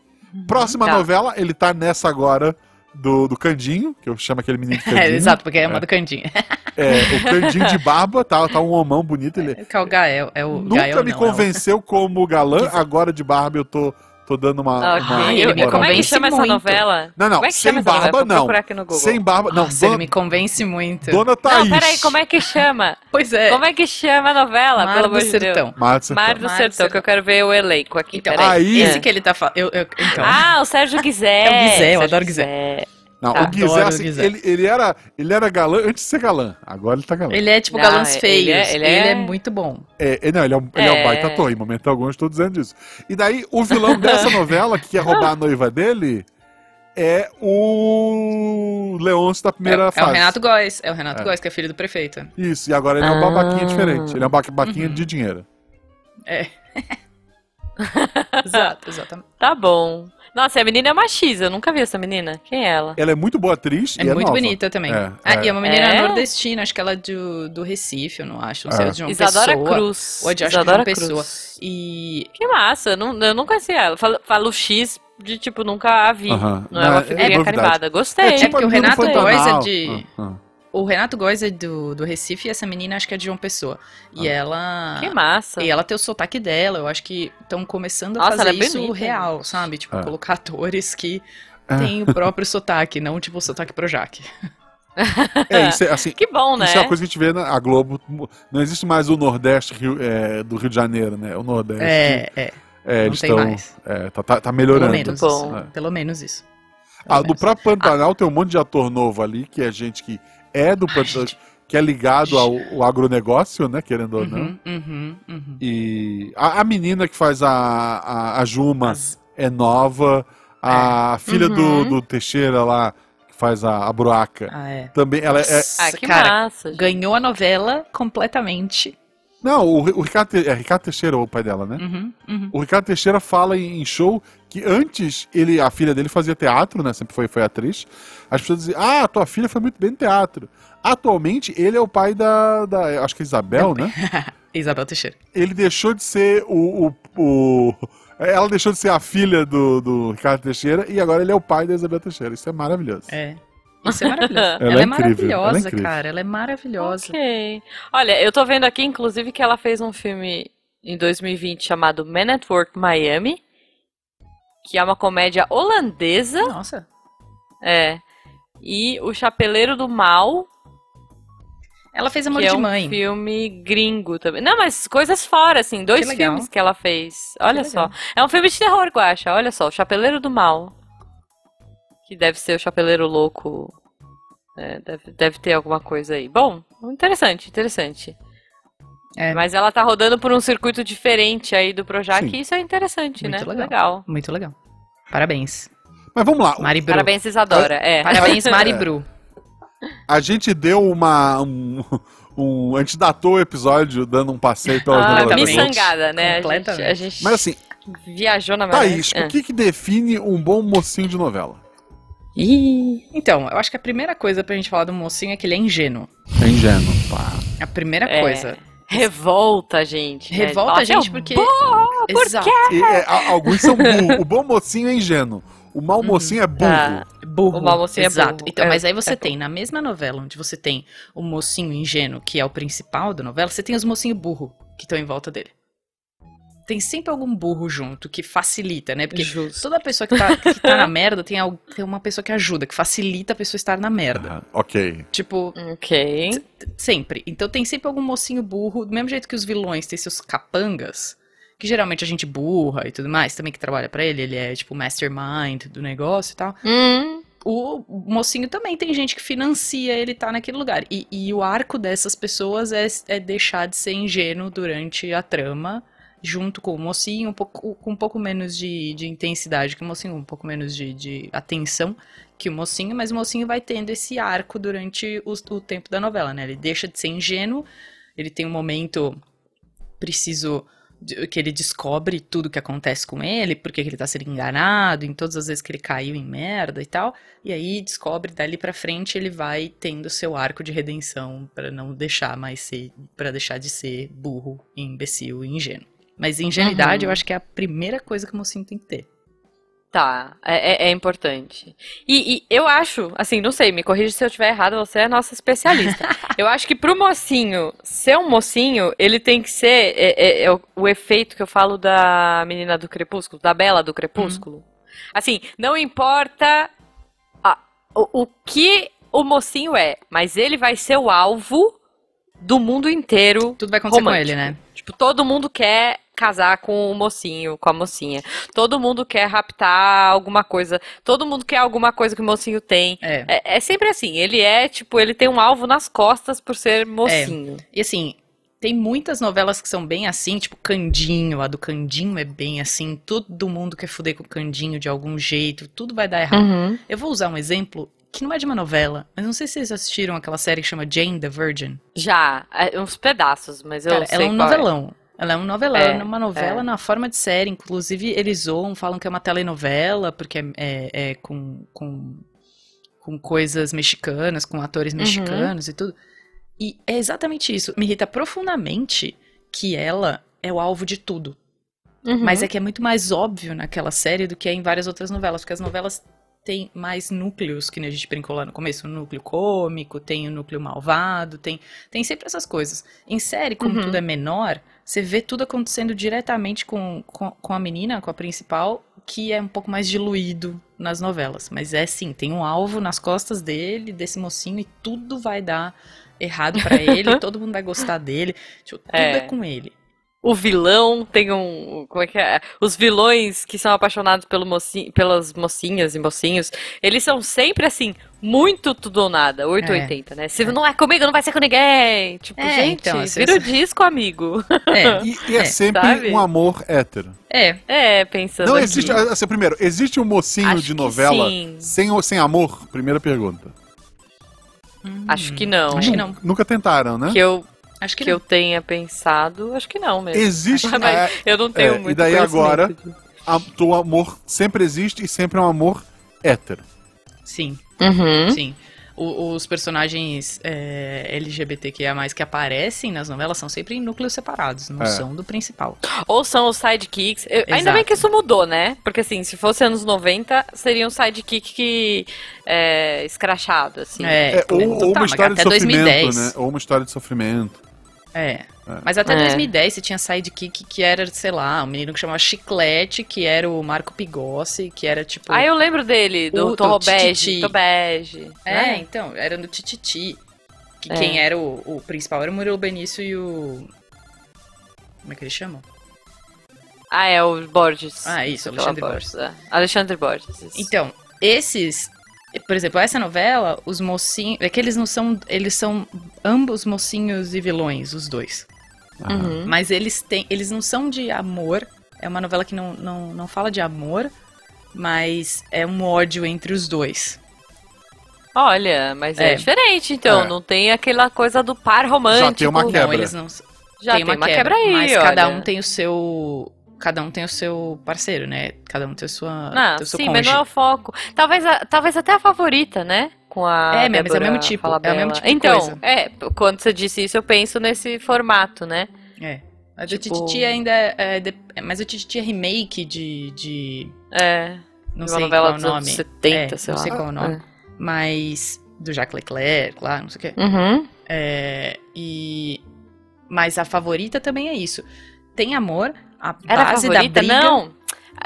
[SPEAKER 2] Próxima
[SPEAKER 1] Tá.
[SPEAKER 2] novela, ele tá nessa agora do, do Candinho, que eu chamo aquele menino de Candinho.
[SPEAKER 3] É, exato, porque é uma
[SPEAKER 2] É.
[SPEAKER 3] do Candinho.
[SPEAKER 2] É, o Candinho de barba, tá, tá um homão bonito. Ele
[SPEAKER 3] Que é o Gael, é o
[SPEAKER 2] nunca
[SPEAKER 3] Gael
[SPEAKER 2] me
[SPEAKER 3] não, é o-
[SPEAKER 2] convenceu como galã, agora de barba eu tô, tô dando uma.
[SPEAKER 1] Ah, ok.
[SPEAKER 2] uma
[SPEAKER 3] ele
[SPEAKER 1] Eu-
[SPEAKER 3] me
[SPEAKER 2] moral.
[SPEAKER 1] como é que
[SPEAKER 3] convence
[SPEAKER 1] chama essa
[SPEAKER 3] muito.
[SPEAKER 1] novela?
[SPEAKER 2] Não, não,
[SPEAKER 1] como é que
[SPEAKER 2] sem
[SPEAKER 1] chama essa novela?
[SPEAKER 2] barba
[SPEAKER 1] Vou
[SPEAKER 2] não.
[SPEAKER 1] procurar aqui no Google. Ah,
[SPEAKER 2] Sem barba, não.
[SPEAKER 3] Nossa,
[SPEAKER 2] dona,
[SPEAKER 3] ele me convence muito.
[SPEAKER 2] dona Thaís.
[SPEAKER 1] Não, peraí, como é que chama?
[SPEAKER 3] Pois é.
[SPEAKER 1] Como é que chama a novela,
[SPEAKER 3] Mar
[SPEAKER 1] pelo
[SPEAKER 3] do
[SPEAKER 1] amor de Deus?
[SPEAKER 3] Sertão.
[SPEAKER 2] Márcia
[SPEAKER 1] Mar
[SPEAKER 2] Fernandes.
[SPEAKER 1] do
[SPEAKER 3] Mar do
[SPEAKER 1] Sertão, que eu
[SPEAKER 3] Sertão.
[SPEAKER 1] quero ver o elenco aqui.
[SPEAKER 3] Então,
[SPEAKER 1] peraí.
[SPEAKER 2] aí-
[SPEAKER 1] É.
[SPEAKER 3] Esse que ele tá falando. Eu, eu- então.
[SPEAKER 1] Ah, o Sérgio Guizé.
[SPEAKER 3] É o Guizé, eu
[SPEAKER 1] Sérgio
[SPEAKER 3] adoro Guizé.
[SPEAKER 2] Não,
[SPEAKER 1] Tá.
[SPEAKER 2] o Guizé,
[SPEAKER 3] Adoro o
[SPEAKER 2] assim,
[SPEAKER 3] Guizé.
[SPEAKER 2] Ele, ele era, ele era galã antes de ser galã. Agora ele tá galã.
[SPEAKER 3] ele é tipo
[SPEAKER 1] Não,
[SPEAKER 3] galãs
[SPEAKER 1] ele é-
[SPEAKER 3] feios.
[SPEAKER 1] ele é-
[SPEAKER 3] muito bom.
[SPEAKER 2] É, é, não, ele é um, ele é um
[SPEAKER 1] É.
[SPEAKER 2] baita ator. Em momento algum, eu estou dizendo isso. E daí, o vilão dessa novela, que quer roubar a noiva dele, é o Leôncio da
[SPEAKER 3] É,
[SPEAKER 2] primeira
[SPEAKER 3] é
[SPEAKER 2] fase.
[SPEAKER 3] o Renato Góes. É o Renato
[SPEAKER 2] É.
[SPEAKER 3] Góes, que é filho do prefeito.
[SPEAKER 2] Isso, e agora ele é um
[SPEAKER 1] Ah.
[SPEAKER 2] babaquinha diferente. Ele é um
[SPEAKER 3] Uhum.
[SPEAKER 2] babaquinha de dinheiro.
[SPEAKER 3] É. Exato, exatamente.
[SPEAKER 1] Tá bom. Nossa, e a menina é uma X, eu nunca vi essa menina. Quem é ela?
[SPEAKER 2] Ela é muito boa atriz
[SPEAKER 3] É
[SPEAKER 2] e é
[SPEAKER 3] muito
[SPEAKER 2] nova.
[SPEAKER 3] bonita também.
[SPEAKER 2] É,
[SPEAKER 3] ah,
[SPEAKER 2] é.
[SPEAKER 3] E é uma menina
[SPEAKER 1] É?
[SPEAKER 3] nordestina, acho que ela é do, do Recife, eu não acho. Não sei,
[SPEAKER 2] É.
[SPEAKER 3] ou de João
[SPEAKER 1] Isadora
[SPEAKER 3] Pessoa.
[SPEAKER 1] Cruz.
[SPEAKER 3] Ou é de acho que
[SPEAKER 1] Isadora
[SPEAKER 3] João Pessoa.
[SPEAKER 1] Cruz.
[SPEAKER 3] E
[SPEAKER 1] Que massa, eu não, eu não conhecia ela. Falo, falo X de, tipo, nunca a vi.
[SPEAKER 2] Aham.
[SPEAKER 1] Não é uma
[SPEAKER 2] Não, é
[SPEAKER 1] figurinha
[SPEAKER 2] novidade.
[SPEAKER 1] carimbada. Gostei.
[SPEAKER 2] É
[SPEAKER 3] É porque o
[SPEAKER 2] a menina do
[SPEAKER 3] Renato
[SPEAKER 2] Pantanal.
[SPEAKER 3] Góes é de-
[SPEAKER 2] Ah, ah.
[SPEAKER 3] o Renato Góes é do, do Recife e essa menina acho que é de João Pessoa. E
[SPEAKER 2] Ah.
[SPEAKER 3] ela.
[SPEAKER 1] Que massa.
[SPEAKER 3] E ela tem o sotaque dela, eu acho que estão começando a
[SPEAKER 1] Nossa, ela
[SPEAKER 3] fazer
[SPEAKER 1] é
[SPEAKER 3] isso
[SPEAKER 1] bonita,
[SPEAKER 3] real, sabe? Tipo,
[SPEAKER 2] É.
[SPEAKER 3] colocar atores que
[SPEAKER 2] É.
[SPEAKER 3] têm o próprio sotaque, não tipo o sotaque Projac.
[SPEAKER 2] É, isso é, assim,
[SPEAKER 1] Que bom, né?
[SPEAKER 2] Isso é uma coisa que a gente vê na a Globo. Não existe mais o Nordeste Rio- é, do Rio de Janeiro, né? O Nordeste.
[SPEAKER 3] É, é,
[SPEAKER 2] é,
[SPEAKER 3] não
[SPEAKER 2] eles
[SPEAKER 3] tem
[SPEAKER 2] tão-
[SPEAKER 3] mais.
[SPEAKER 2] é, tá, tá- tá
[SPEAKER 3] Pelo
[SPEAKER 2] melhorando.
[SPEAKER 3] menos
[SPEAKER 1] Bom.
[SPEAKER 3] isso. Pelo menos isso. Pelo
[SPEAKER 2] Ah, do
[SPEAKER 3] menos.
[SPEAKER 2] próprio Pantanal tem um monte de ator novo ali, que é gente que é do Pantanal,
[SPEAKER 3] gente.
[SPEAKER 2] que é ligado ao, ao agronegócio, né? Querendo ou não.
[SPEAKER 3] Uhum, uhum, uhum.
[SPEAKER 2] E a, a menina que faz a, a, a Juma
[SPEAKER 3] As-
[SPEAKER 2] é nova. A
[SPEAKER 3] É.
[SPEAKER 2] filha do, do Teixeira lá, que faz a, a Bruaca,
[SPEAKER 3] Uhum. Ah, é.
[SPEAKER 2] também. Ela é.
[SPEAKER 1] Ah,
[SPEAKER 3] Nossa,
[SPEAKER 1] que
[SPEAKER 3] cara,
[SPEAKER 1] massa. gente.
[SPEAKER 3] ganhou a novela completamente.
[SPEAKER 2] Não, o, o Ricardo, Te- é Ricardo Teixeira, o pai dela, né?
[SPEAKER 3] Uhum, uhum.
[SPEAKER 2] O Ricardo Teixeira fala em, em show que antes ele, a filha dele fazia teatro, né? Sempre foi, foi atriz. As pessoas diziam, ah, tua filha foi muito bem no teatro. Atualmente, ele é o pai da. da acho que é Isabel, né?
[SPEAKER 3] Isabel Teixeira.
[SPEAKER 2] Ele deixou de ser o. o- o- ela deixou de ser a filha do, do Ricardo Teixeira e agora ele é o pai da Isabel Teixeira. Isso é maravilhoso.
[SPEAKER 3] É. Isso é maravilhoso.
[SPEAKER 2] Ela é incrível, ela é
[SPEAKER 3] maravilhosa,
[SPEAKER 2] incrível.
[SPEAKER 3] cara. Ela é maravilhosa.
[SPEAKER 1] Ok. Olha, eu tô vendo aqui, inclusive, que ela fez um filme em 2020 chamado Man at Work Miami, que é uma comédia holandesa.
[SPEAKER 3] Nossa.
[SPEAKER 1] É. E O Chapeleiro do Mal,
[SPEAKER 3] Ela fez Amor
[SPEAKER 1] que é
[SPEAKER 3] de
[SPEAKER 1] um
[SPEAKER 3] Mãe.
[SPEAKER 1] filme gringo também. Não, mas coisas fora, assim. Dois
[SPEAKER 3] legal.
[SPEAKER 1] filmes que ela fez. Olha
[SPEAKER 3] Que
[SPEAKER 1] só.
[SPEAKER 3] legal.
[SPEAKER 1] É um filme de terror, Guaxa. Olha só. O Chapeleiro do Mal. Que deve ser o Chapeleiro Louco. É, deve, deve ter alguma coisa aí. Bom, interessante, interessante.
[SPEAKER 3] É.
[SPEAKER 1] Mas ela tá rodando por um circuito diferente aí do Projac.
[SPEAKER 2] Sim.
[SPEAKER 1] E isso é interessante,
[SPEAKER 3] Muito
[SPEAKER 1] né?
[SPEAKER 3] legal.
[SPEAKER 1] legal.
[SPEAKER 3] Muito legal. Parabéns.
[SPEAKER 2] Mas vamos lá.
[SPEAKER 3] Mari Bru.
[SPEAKER 1] Parabéns, Isadora. É.
[SPEAKER 3] Parabéns, Mari Bru.
[SPEAKER 2] A gente deu uma. Um, um- a gente datou o episódio dando um passeio pelas
[SPEAKER 1] Ah,
[SPEAKER 2] novelas.
[SPEAKER 3] Completamente.
[SPEAKER 2] dos outros.
[SPEAKER 1] miçangada, né? A gente, a
[SPEAKER 3] Completamente.
[SPEAKER 1] gente
[SPEAKER 2] Mas tá assim,
[SPEAKER 1] viajou na
[SPEAKER 2] Thaís,
[SPEAKER 1] maionese.
[SPEAKER 2] o que, que define um bom mocinho de novela?
[SPEAKER 1] Ih,
[SPEAKER 3] Então, eu acho que a primeira coisa pra gente falar do mocinho é que ele é ingênuo.
[SPEAKER 2] É ingênuo, pá.
[SPEAKER 3] A primeira
[SPEAKER 1] É.
[SPEAKER 3] coisa.
[SPEAKER 1] revolta, gente. né?
[SPEAKER 3] Revolta
[SPEAKER 1] Nossa,
[SPEAKER 3] a gente
[SPEAKER 1] é um
[SPEAKER 3] porque.
[SPEAKER 1] por
[SPEAKER 3] Exato.
[SPEAKER 2] E, é, a- alguns são burros. O bom mocinho é ingênuo. O mau mocinho é burro.
[SPEAKER 1] Tá.
[SPEAKER 3] Burro.
[SPEAKER 1] O mau mocinho é
[SPEAKER 3] Exato.
[SPEAKER 1] burro.
[SPEAKER 3] Então,
[SPEAKER 1] É,
[SPEAKER 3] mas aí você
[SPEAKER 1] é
[SPEAKER 3] tem, na mesma novela, onde você tem o mocinho ingênuo, que é o principal da novela, você tem os mocinhos burro que estão em volta dele. Tem sempre algum burro junto que facilita, né? Porque
[SPEAKER 1] Justo.
[SPEAKER 3] toda pessoa que tá, que tá na merda tem, al- tem uma pessoa que ajuda, que facilita a pessoa estar na merda.
[SPEAKER 2] Aham, Ok.
[SPEAKER 3] Tipo,
[SPEAKER 1] Ok.
[SPEAKER 3] Sempre. Então tem sempre algum mocinho burro, do mesmo jeito que os vilões têm seus capangas, que geralmente a gente burra e tudo mais, também que trabalha pra ele, ele é tipo mastermind do negócio e tal.
[SPEAKER 1] Hum,
[SPEAKER 3] O mocinho também tem gente que financia ele estar naquele lugar. E, e o arco dessas pessoas é, é deixar de ser ingênuo durante a trama, junto com o mocinho, um pouco, com um pouco menos de, de intensidade que o mocinho, um pouco menos de, de atenção que o mocinho, mas o mocinho vai tendo esse arco durante os- o tempo da novela, né? Ele deixa de ser ingênuo, ele tem um momento preciso de- que ele descobre tudo que acontece com ele, porque que ele tá sendo enganado, em todas as vezes que ele caiu em merda e tal, e aí descobre dali pra frente ele vai tendo seu arco de redenção pra não deixar mais ser, para deixar de ser burro, imbecil e ingênuo. Mas ingenuidade
[SPEAKER 1] Uhum.
[SPEAKER 3] eu acho que é a primeira coisa que o mocinho tem que ter.
[SPEAKER 1] tá, é, é- é importante. E, e eu acho, assim, não sei, me corrija se eu estiver errado, você é a nossa especialista. Eu acho que pro mocinho ser um mocinho, ele tem que ser é- é- é o, o efeito que eu falo da menina do crepúsculo, da Bela do crepúsculo.
[SPEAKER 3] Hum.
[SPEAKER 1] Assim, não importa a- o, o que o mocinho é, mas ele vai ser o alvo do mundo inteiro
[SPEAKER 3] Tudo vai acontecer com
[SPEAKER 1] romântico.
[SPEAKER 3] ele, né?
[SPEAKER 1] Tipo, todo mundo quer casar com o mocinho, com a mocinha. Todo mundo quer raptar alguma coisa. Todo mundo quer alguma coisa que o mocinho tem.
[SPEAKER 3] É.
[SPEAKER 1] É, é sempre assim. Ele é, tipo, ele tem um alvo nas costas por ser mocinho.
[SPEAKER 3] E assim, tem muitas novelas que são bem assim, tipo Candinho, a do Candinho é bem assim, todo mundo quer fuder com o Candinho de algum jeito, tudo vai
[SPEAKER 1] Hum.
[SPEAKER 3] dar errado. Eu vou usar um exemplo que não é de uma novela, mas não sei se vocês assistiram aquela série que chama Jane the Virgin.
[SPEAKER 1] Já, é, uns pedaços, mas eu
[SPEAKER 3] Cara,
[SPEAKER 1] sei
[SPEAKER 3] ela é um
[SPEAKER 1] qual
[SPEAKER 3] novelão. Ela é um novelão,
[SPEAKER 1] É,
[SPEAKER 3] ela é uma novela na forma de série. Inclusive, eles zoam, falam que é uma telenovela, porque é, é- é com, com, com coisas mexicanas, com atores
[SPEAKER 1] Uhum.
[SPEAKER 3] mexicanos e tudo. E é exatamente isso. Me irrita profundamente que ela é o alvo de tudo.
[SPEAKER 1] Uhum.
[SPEAKER 3] Mas é que é muito mais óbvio naquela série do que é em várias outras novelas, porque as novelas têm mais núcleos, que nem a gente brincou lá no começo, o núcleo cômico, tem o núcleo malvado, tem, tem sempre essas coisas. Em série, como
[SPEAKER 1] Uhum.
[SPEAKER 3] tudo é menor, você vê tudo acontecendo diretamente com, com, com a menina, com a principal, que é um pouco mais diluído nas novelas. Mas é sim, tem um alvo nas costas dele, desse mocinho, e tudo vai dar errado pra ele, todo mundo vai gostar dele, tipo, tudo
[SPEAKER 1] É.
[SPEAKER 3] é com ele.
[SPEAKER 1] O vilão tem um. Como é que é? Os vilões que são apaixonados pelo moci- pelas mocinhas e mocinhos, eles são sempre assim, muito tudo ou nada, 880, né? Se não é comigo, não vai ser com ninguém. Tipo,
[SPEAKER 3] É,
[SPEAKER 1] gente,
[SPEAKER 3] então, assim,
[SPEAKER 1] vira o
[SPEAKER 3] isso-
[SPEAKER 1] disco, amigo.
[SPEAKER 3] É,
[SPEAKER 2] E, e é,
[SPEAKER 3] É,
[SPEAKER 2] sempre
[SPEAKER 1] sabe?
[SPEAKER 2] um amor hétero.
[SPEAKER 3] é,
[SPEAKER 1] É, pensando.
[SPEAKER 2] Não
[SPEAKER 1] aqui.
[SPEAKER 2] existe. Assim, primeiro, existe um mocinho
[SPEAKER 1] Acho
[SPEAKER 2] de
[SPEAKER 1] que
[SPEAKER 2] novela
[SPEAKER 1] sim.
[SPEAKER 2] sem, o- sem amor? Primeira pergunta.
[SPEAKER 1] Acho que não.
[SPEAKER 3] Acho que não.
[SPEAKER 2] Nunca tentaram, né?
[SPEAKER 1] Que eu,
[SPEAKER 3] Acho que,
[SPEAKER 1] que
[SPEAKER 3] não.
[SPEAKER 1] eu tenha pensado, acho que não mesmo.
[SPEAKER 2] Existe.
[SPEAKER 1] Mas eu não tenho
[SPEAKER 2] é, e
[SPEAKER 1] muito
[SPEAKER 2] daí agora-
[SPEAKER 1] conhecimento
[SPEAKER 2] o amor sempre existe e sempre é um amor hétero.
[SPEAKER 3] Sim,
[SPEAKER 1] de- Uhum.
[SPEAKER 3] sim. O- os personagens é, LGBTQIA+, que aparecem nas novelas são sempre em núcleos separados, não
[SPEAKER 2] É.
[SPEAKER 3] são do principal.
[SPEAKER 1] Ou são os sidekicks. Eu- ainda bem
[SPEAKER 3] Exato.
[SPEAKER 1] que isso mudou, né? Porque assim, se fosse anos 90, seria um sidekick que é, escrachado, assim.
[SPEAKER 2] É,
[SPEAKER 3] É,
[SPEAKER 2] ou,
[SPEAKER 3] tipo,
[SPEAKER 2] ou
[SPEAKER 3] tá,
[SPEAKER 2] uma
[SPEAKER 3] mas
[SPEAKER 2] história de
[SPEAKER 3] até
[SPEAKER 2] sofrimento,
[SPEAKER 3] 2010.
[SPEAKER 2] né? Ou uma história de sofrimento.
[SPEAKER 3] É. Mas até
[SPEAKER 1] É.
[SPEAKER 3] 2010 você tinha sidekick que era, sei lá, um menino que chamava Chiclete, que era o Marco Pigossi, que era tipo...
[SPEAKER 1] Ah, eu lembro dele, do
[SPEAKER 3] O- do
[SPEAKER 1] Torrobege.
[SPEAKER 3] Tititi.
[SPEAKER 1] Torrobege.
[SPEAKER 3] É,
[SPEAKER 1] né?
[SPEAKER 3] então, era no Tititi. Que
[SPEAKER 1] É.
[SPEAKER 3] quem era o, o principal era o Murilo Benício e o... Como é que eles chamam?
[SPEAKER 1] Ah, é o Borges.
[SPEAKER 3] Ah, isso,
[SPEAKER 1] Aquela
[SPEAKER 3] Alexandre Borges.
[SPEAKER 1] é. Alexandre Borges. isso.
[SPEAKER 3] Então, esses, por exemplo, essa novela, os mocinhos, é que eles não são, eles são ambos mocinhos e vilões, os dois.
[SPEAKER 2] Ah.
[SPEAKER 1] Uhum.
[SPEAKER 3] Mas eles têm, eles não são de amor. É uma novela que não, não, não fala de amor, mas é um ódio entre os dois.
[SPEAKER 1] Olha, mas é,
[SPEAKER 3] É.
[SPEAKER 1] diferente, então.
[SPEAKER 2] É.
[SPEAKER 1] Não tem aquela coisa do par romântico.
[SPEAKER 2] Já tem uma quebra.
[SPEAKER 3] Não, Então, eles não.
[SPEAKER 1] Já tem uma quebra, aí,
[SPEAKER 3] mas cada
[SPEAKER 1] olha.
[SPEAKER 3] um tem o seu, cada um tem o seu parceiro, né? Cada um tem o sua,
[SPEAKER 1] Não,
[SPEAKER 3] tem o seu
[SPEAKER 1] sim, mas
[SPEAKER 3] cônjuge.
[SPEAKER 1] não é o foco. Talvez, a- talvez até a favorita, né? Com a
[SPEAKER 3] É, mas é o
[SPEAKER 1] Débora
[SPEAKER 3] mesmo tipo,
[SPEAKER 1] Falabella.
[SPEAKER 3] é o mesmo tipo de
[SPEAKER 1] Então,
[SPEAKER 3] coisa.
[SPEAKER 1] é, p- quando você disse isso, eu penso nesse formato, né?
[SPEAKER 3] É. A do
[SPEAKER 1] Tipo-
[SPEAKER 3] Tititi ainda é, é de- mas o Tititi é remake de, de
[SPEAKER 1] É,
[SPEAKER 3] não
[SPEAKER 1] de
[SPEAKER 3] sei
[SPEAKER 1] uma novela
[SPEAKER 3] qual o
[SPEAKER 1] dos
[SPEAKER 3] nome.
[SPEAKER 1] anos 70,
[SPEAKER 3] É,
[SPEAKER 1] sei
[SPEAKER 3] não
[SPEAKER 1] lá.
[SPEAKER 3] sei qual o nome. Mas. Do Jacques Leclerc, lá, não sei o quê.
[SPEAKER 1] É. Uhum.
[SPEAKER 3] É, e. Mas a favorita também é isso. Tem amor, a
[SPEAKER 1] Era a
[SPEAKER 3] base
[SPEAKER 1] é favorita?
[SPEAKER 3] da briga.
[SPEAKER 1] Não,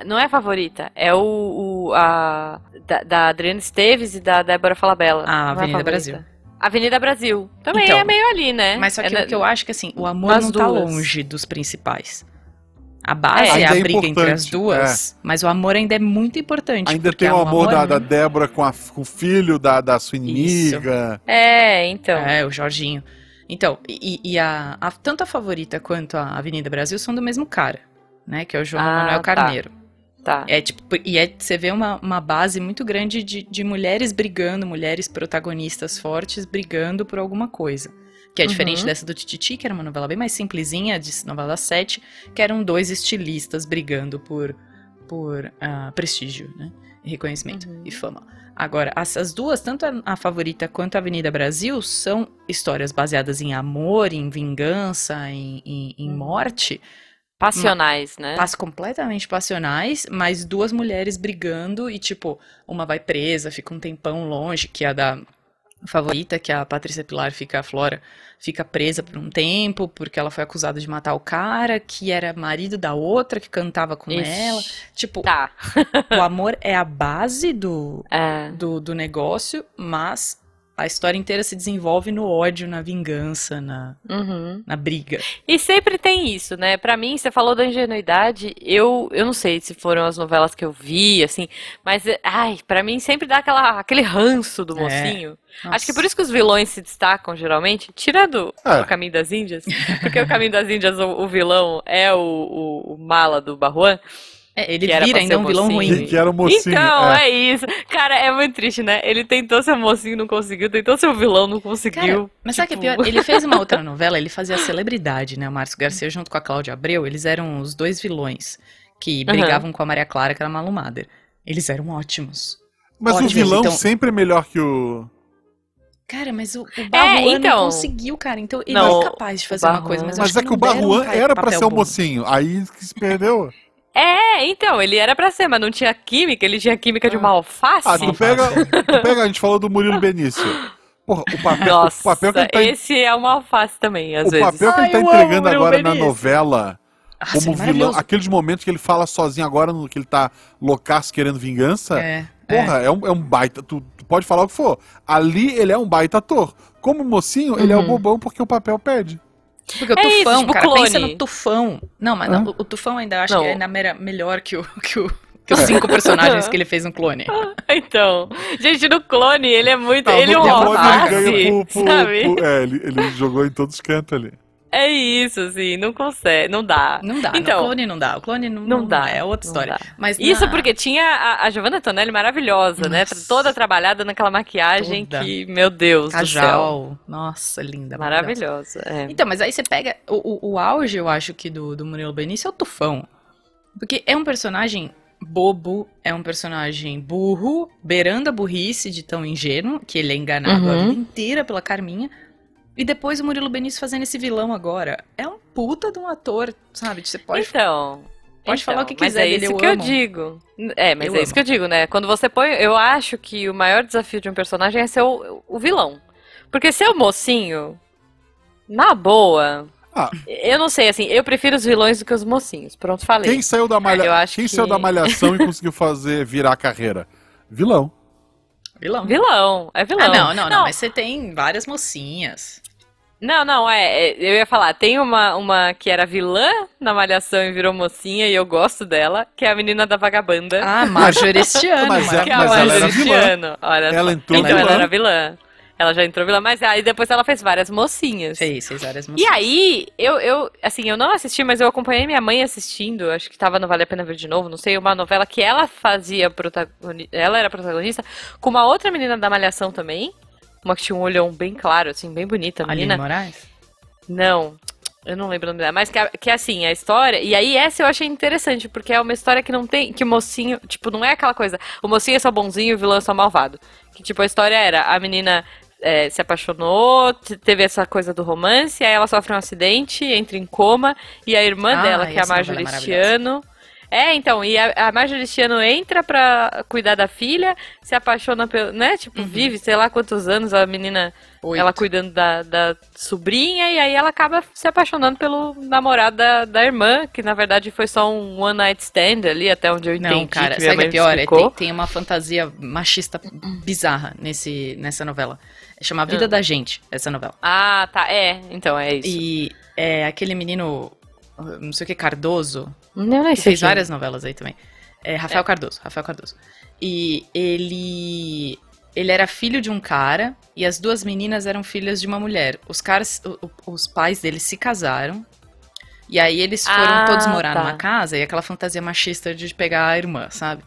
[SPEAKER 1] não é a favorita. É o, o- a, da, da Adriana Esteves e da Débora Falabella.
[SPEAKER 3] A
[SPEAKER 1] Não é
[SPEAKER 3] Ah, Avenida
[SPEAKER 1] favorita.
[SPEAKER 3] Brasil.
[SPEAKER 1] Avenida Brasil. Também
[SPEAKER 3] Então,
[SPEAKER 1] é meio ali, né?
[SPEAKER 3] Mas só que
[SPEAKER 1] é,
[SPEAKER 3] o que eu acho que assim, o amor
[SPEAKER 1] nas
[SPEAKER 3] não tá
[SPEAKER 1] duas.
[SPEAKER 3] longe dos principais. A base é,
[SPEAKER 2] Ainda
[SPEAKER 3] a
[SPEAKER 2] é
[SPEAKER 3] briga entre as
[SPEAKER 2] importante,
[SPEAKER 3] duas, mas o amor ainda é muito importante.
[SPEAKER 2] Ainda
[SPEAKER 3] porque
[SPEAKER 2] tem o
[SPEAKER 3] é um
[SPEAKER 2] amor da, da
[SPEAKER 3] muito-
[SPEAKER 2] Débora com, a- com o filho da, da sua inimiga.
[SPEAKER 1] É, então.
[SPEAKER 3] É, o Jorginho. Então, e, e a, a- tanto a Favorita quanto a Avenida Brasil são do mesmo cara, né? Que é o João
[SPEAKER 1] Ah,
[SPEAKER 3] Manuel
[SPEAKER 1] tá.
[SPEAKER 3] Carneiro.
[SPEAKER 1] Tá.
[SPEAKER 3] É tipo, e é, você vê uma, uma base muito grande de, de mulheres brigando, mulheres protagonistas fortes brigando por alguma coisa. Que é
[SPEAKER 1] Uhum.
[SPEAKER 3] diferente dessa do Tititi, que era uma novela bem mais simplesinha, de novela 7, que eram dois estilistas brigando por, por ah, prestígio, né? E Reconhecimento
[SPEAKER 1] Uhum.
[SPEAKER 3] e fama. Agora, essas duas, tanto a, a Favorita quanto a Avenida Brasil, são histórias baseadas em amor, em vingança, em- em, em
[SPEAKER 1] Uhum.
[SPEAKER 3] morte,
[SPEAKER 1] Passionais, né?
[SPEAKER 3] Pas completamente passionais, mas duas mulheres brigando e, tipo, uma vai presa, fica um tempão longe, que é a da favorita, que é a Patrícia Pilar fica, a Flora, fica presa por um tempo, porque ela foi acusada de matar o cara, que era marido da outra, que cantava com
[SPEAKER 1] Ixi.
[SPEAKER 3] ela. Tipo,
[SPEAKER 1] Tá.
[SPEAKER 3] o amor é a base do,
[SPEAKER 1] É.
[SPEAKER 3] do, do negócio, mas a história inteira se desenvolve no ódio, na vingança, na,
[SPEAKER 1] Uhum.
[SPEAKER 3] na briga.
[SPEAKER 1] E sempre tem isso, né? Pra mim, você falou da ingenuidade, eu, eu não sei se foram as novelas que eu vi, assim, mas, eh, ai, pra mim sempre dá aquela, aquele ranço do
[SPEAKER 3] É.
[SPEAKER 1] mocinho. Acho que
[SPEAKER 3] Nossa.
[SPEAKER 1] por isso que os vilões se destacam, geralmente, tirando
[SPEAKER 2] É.
[SPEAKER 1] o Caminho das Índias, porque o Caminho das Índias, o, o vilão é o, o- o mala do Barruan.
[SPEAKER 3] É, ele
[SPEAKER 1] que era pra
[SPEAKER 3] vira
[SPEAKER 1] ser
[SPEAKER 3] ainda um
[SPEAKER 1] o
[SPEAKER 3] vilão
[SPEAKER 1] mocinho.
[SPEAKER 3] ruim.
[SPEAKER 2] Que, que era o mocinho.
[SPEAKER 1] Então,
[SPEAKER 2] é.
[SPEAKER 1] é. isso. Cara, é muito triste, né? Ele tentou ser o mocinho, não conseguiu, tentou ser o vilão, não conseguiu.
[SPEAKER 3] Mas sabe o que é
[SPEAKER 1] Tipo,
[SPEAKER 3] pior? Ele fez uma outra novela, ele fazia celebridade, né? O Márcio Garcia junto com a Cláudia Abreu, eles eram os dois vilões que
[SPEAKER 1] Aham.
[SPEAKER 3] brigavam com a Maria Clara, que era a Malu Mader. Eles eram ótimos.
[SPEAKER 2] Mas
[SPEAKER 3] Olha,
[SPEAKER 2] o vilão
[SPEAKER 3] então-
[SPEAKER 2] sempre é melhor que o.
[SPEAKER 3] Cara, mas o, o Barruan
[SPEAKER 1] então.
[SPEAKER 3] não conseguiu, cara. Então ele
[SPEAKER 1] Não,
[SPEAKER 3] é capaz de fazer
[SPEAKER 1] Barruan-
[SPEAKER 3] uma coisa, mas, eu
[SPEAKER 2] Mas
[SPEAKER 3] acho
[SPEAKER 2] é que o
[SPEAKER 3] não deram um
[SPEAKER 2] Barruan
[SPEAKER 3] ca-
[SPEAKER 2] era pra
[SPEAKER 3] papel
[SPEAKER 2] ser o
[SPEAKER 3] bom.
[SPEAKER 2] mocinho. Aí que se perdeu.
[SPEAKER 1] É, então, ele era pra ser, mas não tinha química, ele tinha química de uma alface.
[SPEAKER 2] Ah, tu
[SPEAKER 3] Sim.
[SPEAKER 2] pega, tu pega. A gente falou do Murilo Benício. Porra, o papel,
[SPEAKER 1] Nossa,
[SPEAKER 2] o papel que ele tá,
[SPEAKER 1] esse é uma alface também, às
[SPEAKER 2] o
[SPEAKER 1] vezes.
[SPEAKER 2] papel que ele tá
[SPEAKER 3] Ai, eu
[SPEAKER 2] entregando
[SPEAKER 3] amo o
[SPEAKER 2] agora na
[SPEAKER 3] Benício.
[SPEAKER 2] novela.
[SPEAKER 3] Nossa,
[SPEAKER 2] como
[SPEAKER 3] é
[SPEAKER 2] vilão,
[SPEAKER 3] maravilhoso.
[SPEAKER 2] aqueles momentos que ele fala sozinho agora, no que ele tá loucaço querendo vingança,
[SPEAKER 3] É, é.
[SPEAKER 2] porra, é, um, é um baita. Tu, tu pode falar o que for. Ali ele é um baita ator. Como mocinho, ele é o
[SPEAKER 1] Uhum.
[SPEAKER 2] bobão porque o papel pede.
[SPEAKER 3] Porque o
[SPEAKER 1] É isso,
[SPEAKER 3] Tufão,
[SPEAKER 1] tipo
[SPEAKER 3] cara, pensa
[SPEAKER 1] clone.
[SPEAKER 3] no Tufão. Não, mas não,
[SPEAKER 2] Hã?
[SPEAKER 3] o Tufão ainda acho
[SPEAKER 1] Não.
[SPEAKER 3] que é ainda mera- melhor que, o, que, o- que
[SPEAKER 2] É.
[SPEAKER 3] os cinco personagens que ele fez no clone.
[SPEAKER 1] Então, gente, no clone, ele é muito.
[SPEAKER 2] Tá,
[SPEAKER 1] ele é
[SPEAKER 2] no
[SPEAKER 1] um
[SPEAKER 2] Clone
[SPEAKER 1] alface,
[SPEAKER 2] ele ganha pro- pro-
[SPEAKER 1] sabe?
[SPEAKER 2] pro- é, ele, ele jogou em todos os cantos ali.
[SPEAKER 1] É isso, assim, não consegue, não dá.
[SPEAKER 3] Não dá,
[SPEAKER 1] Então,
[SPEAKER 3] no clone não dá. O clone não,
[SPEAKER 1] Não, dá.
[SPEAKER 3] é outra
[SPEAKER 1] não
[SPEAKER 3] história.
[SPEAKER 1] dá.
[SPEAKER 3] Mas
[SPEAKER 1] Isso
[SPEAKER 3] na-
[SPEAKER 1] porque tinha a, a Giovanna Tonelli maravilhosa, né?
[SPEAKER 3] Ah. Nossa.
[SPEAKER 1] Toda trabalhada naquela maquiagem
[SPEAKER 3] Toda.
[SPEAKER 1] que, meu Deus do céu.
[SPEAKER 3] Cajal. Nossa, linda. Maravilhosa.
[SPEAKER 1] Maravilhosa. é.
[SPEAKER 3] Então, mas aí você pega o, o, o auge, eu acho que do, do Murilo Benício é o Tufão. Porque é um personagem bobo, é um personagem burro, beirando a burrice de tão ingênuo, que ele é enganado a
[SPEAKER 1] Uhum.
[SPEAKER 3] vida inteira pela Carminha. E depois o Murilo Benício fazendo esse vilão agora. É um puta de um ator, sabe? Você pode.
[SPEAKER 1] Então.
[SPEAKER 3] pode falar o que quiser
[SPEAKER 1] Mas é
[SPEAKER 3] dele,
[SPEAKER 1] isso
[SPEAKER 3] eu
[SPEAKER 1] que eu
[SPEAKER 3] amo.
[SPEAKER 1] digo. É, mas
[SPEAKER 3] Eu
[SPEAKER 1] é isso
[SPEAKER 3] amo.
[SPEAKER 1] que eu digo, né? Quando você põe. Eu acho que o maior desafio de um personagem é ser o, o vilão. Porque ser o mocinho, na boa.
[SPEAKER 2] Ah.
[SPEAKER 1] Eu não sei, assim, eu prefiro os vilões do que os mocinhos. Pronto, falei.
[SPEAKER 2] Quem saiu da malha,
[SPEAKER 1] Ah, Eu acho
[SPEAKER 2] quem
[SPEAKER 1] que-
[SPEAKER 2] saiu da malhação e conseguiu fazer virar a carreira? Vilão.
[SPEAKER 3] Vilão.
[SPEAKER 1] Vilão, é vilão.
[SPEAKER 3] Ah, não, não, não,
[SPEAKER 1] Não.
[SPEAKER 3] Mas você tem várias mocinhas.
[SPEAKER 1] Não, não, é, é, eu ia falar, tem uma, uma que era vilã na Malhação e virou mocinha, e eu gosto dela, que é a menina da vagabanda,
[SPEAKER 3] Ah, Marjorie este ano.
[SPEAKER 2] Mas é-
[SPEAKER 1] que é a
[SPEAKER 2] mas ela era
[SPEAKER 1] Marjorie
[SPEAKER 2] vilã.
[SPEAKER 1] Cristiano. Olha só.
[SPEAKER 2] Ela entrou
[SPEAKER 1] Então ela
[SPEAKER 2] vilã.
[SPEAKER 1] era vilã. Ela já entrou vilã, mas aí depois ela fez várias mocinhas.
[SPEAKER 3] Fez, fez várias
[SPEAKER 1] E
[SPEAKER 3] mocinhas.
[SPEAKER 1] aí, eu, eu, assim, eu não assisti, mas eu acompanhei minha mãe assistindo, acho que tava no Vale a Pena Ver de Novo, não sei, uma novela que ela fazia, protagoni- ela era protagonista, com uma outra menina da Malhação também, uma que tinha um olhão bem claro, assim, bem bonita, a menina.
[SPEAKER 3] Aline Moraes?
[SPEAKER 1] Não, eu não lembro o nome dela, mas que, a- que assim, a história. E aí, essa eu achei interessante, porque é uma história que não tem. Que o mocinho. Tipo, não é aquela coisa. O mocinho é só bonzinho e o vilão é só malvado. Que, tipo, a história era: a menina é, se apaixonou, te- teve essa coisa do romance, aí ela sofre um acidente, entra em coma, e a irmã
[SPEAKER 3] Ah,
[SPEAKER 1] dela, que é a
[SPEAKER 3] essa novela é
[SPEAKER 1] Marjorie
[SPEAKER 3] maravilhosa.
[SPEAKER 1] Chiano. É, então, e a, a Marjorie Chiano entra pra cuidar da filha, se apaixona pelo. né?
[SPEAKER 3] Uhum.
[SPEAKER 1] Tipo, vive, sei lá quantos anos a menina.
[SPEAKER 3] Oito.
[SPEAKER 1] Ela cuidando da, da sobrinha e aí ela acaba se apaixonando pelo namorado da, da irmã, que na verdade foi só um one night stand ali, até onde eu entendi.
[SPEAKER 3] Não, cara,
[SPEAKER 1] que minha
[SPEAKER 3] sabe o que
[SPEAKER 1] mãe me
[SPEAKER 3] é pior? É, tem,
[SPEAKER 1] explicou.
[SPEAKER 3] tem uma fantasia machista bizarra nesse, nessa novela. Chama A Vida
[SPEAKER 1] Ah.
[SPEAKER 3] da Gente, essa novela.
[SPEAKER 1] Ah, tá, é, então é isso.
[SPEAKER 3] E é aquele menino não sei o que, Cardoso,
[SPEAKER 1] Eu nem
[SPEAKER 3] que
[SPEAKER 1] sei.
[SPEAKER 3] fez
[SPEAKER 1] quem.
[SPEAKER 3] várias novelas aí também. É, Rafael Cardoso, Rafael Cardoso. E ele ele era filho de um cara e as duas meninas eram filhas de uma mulher. Os caras, o- o- os pais deles se casaram. E aí eles foram
[SPEAKER 1] Ah,
[SPEAKER 3] todos morar
[SPEAKER 1] tá.
[SPEAKER 3] numa casa e aquela fantasia machista de pegar a irmã, sabe?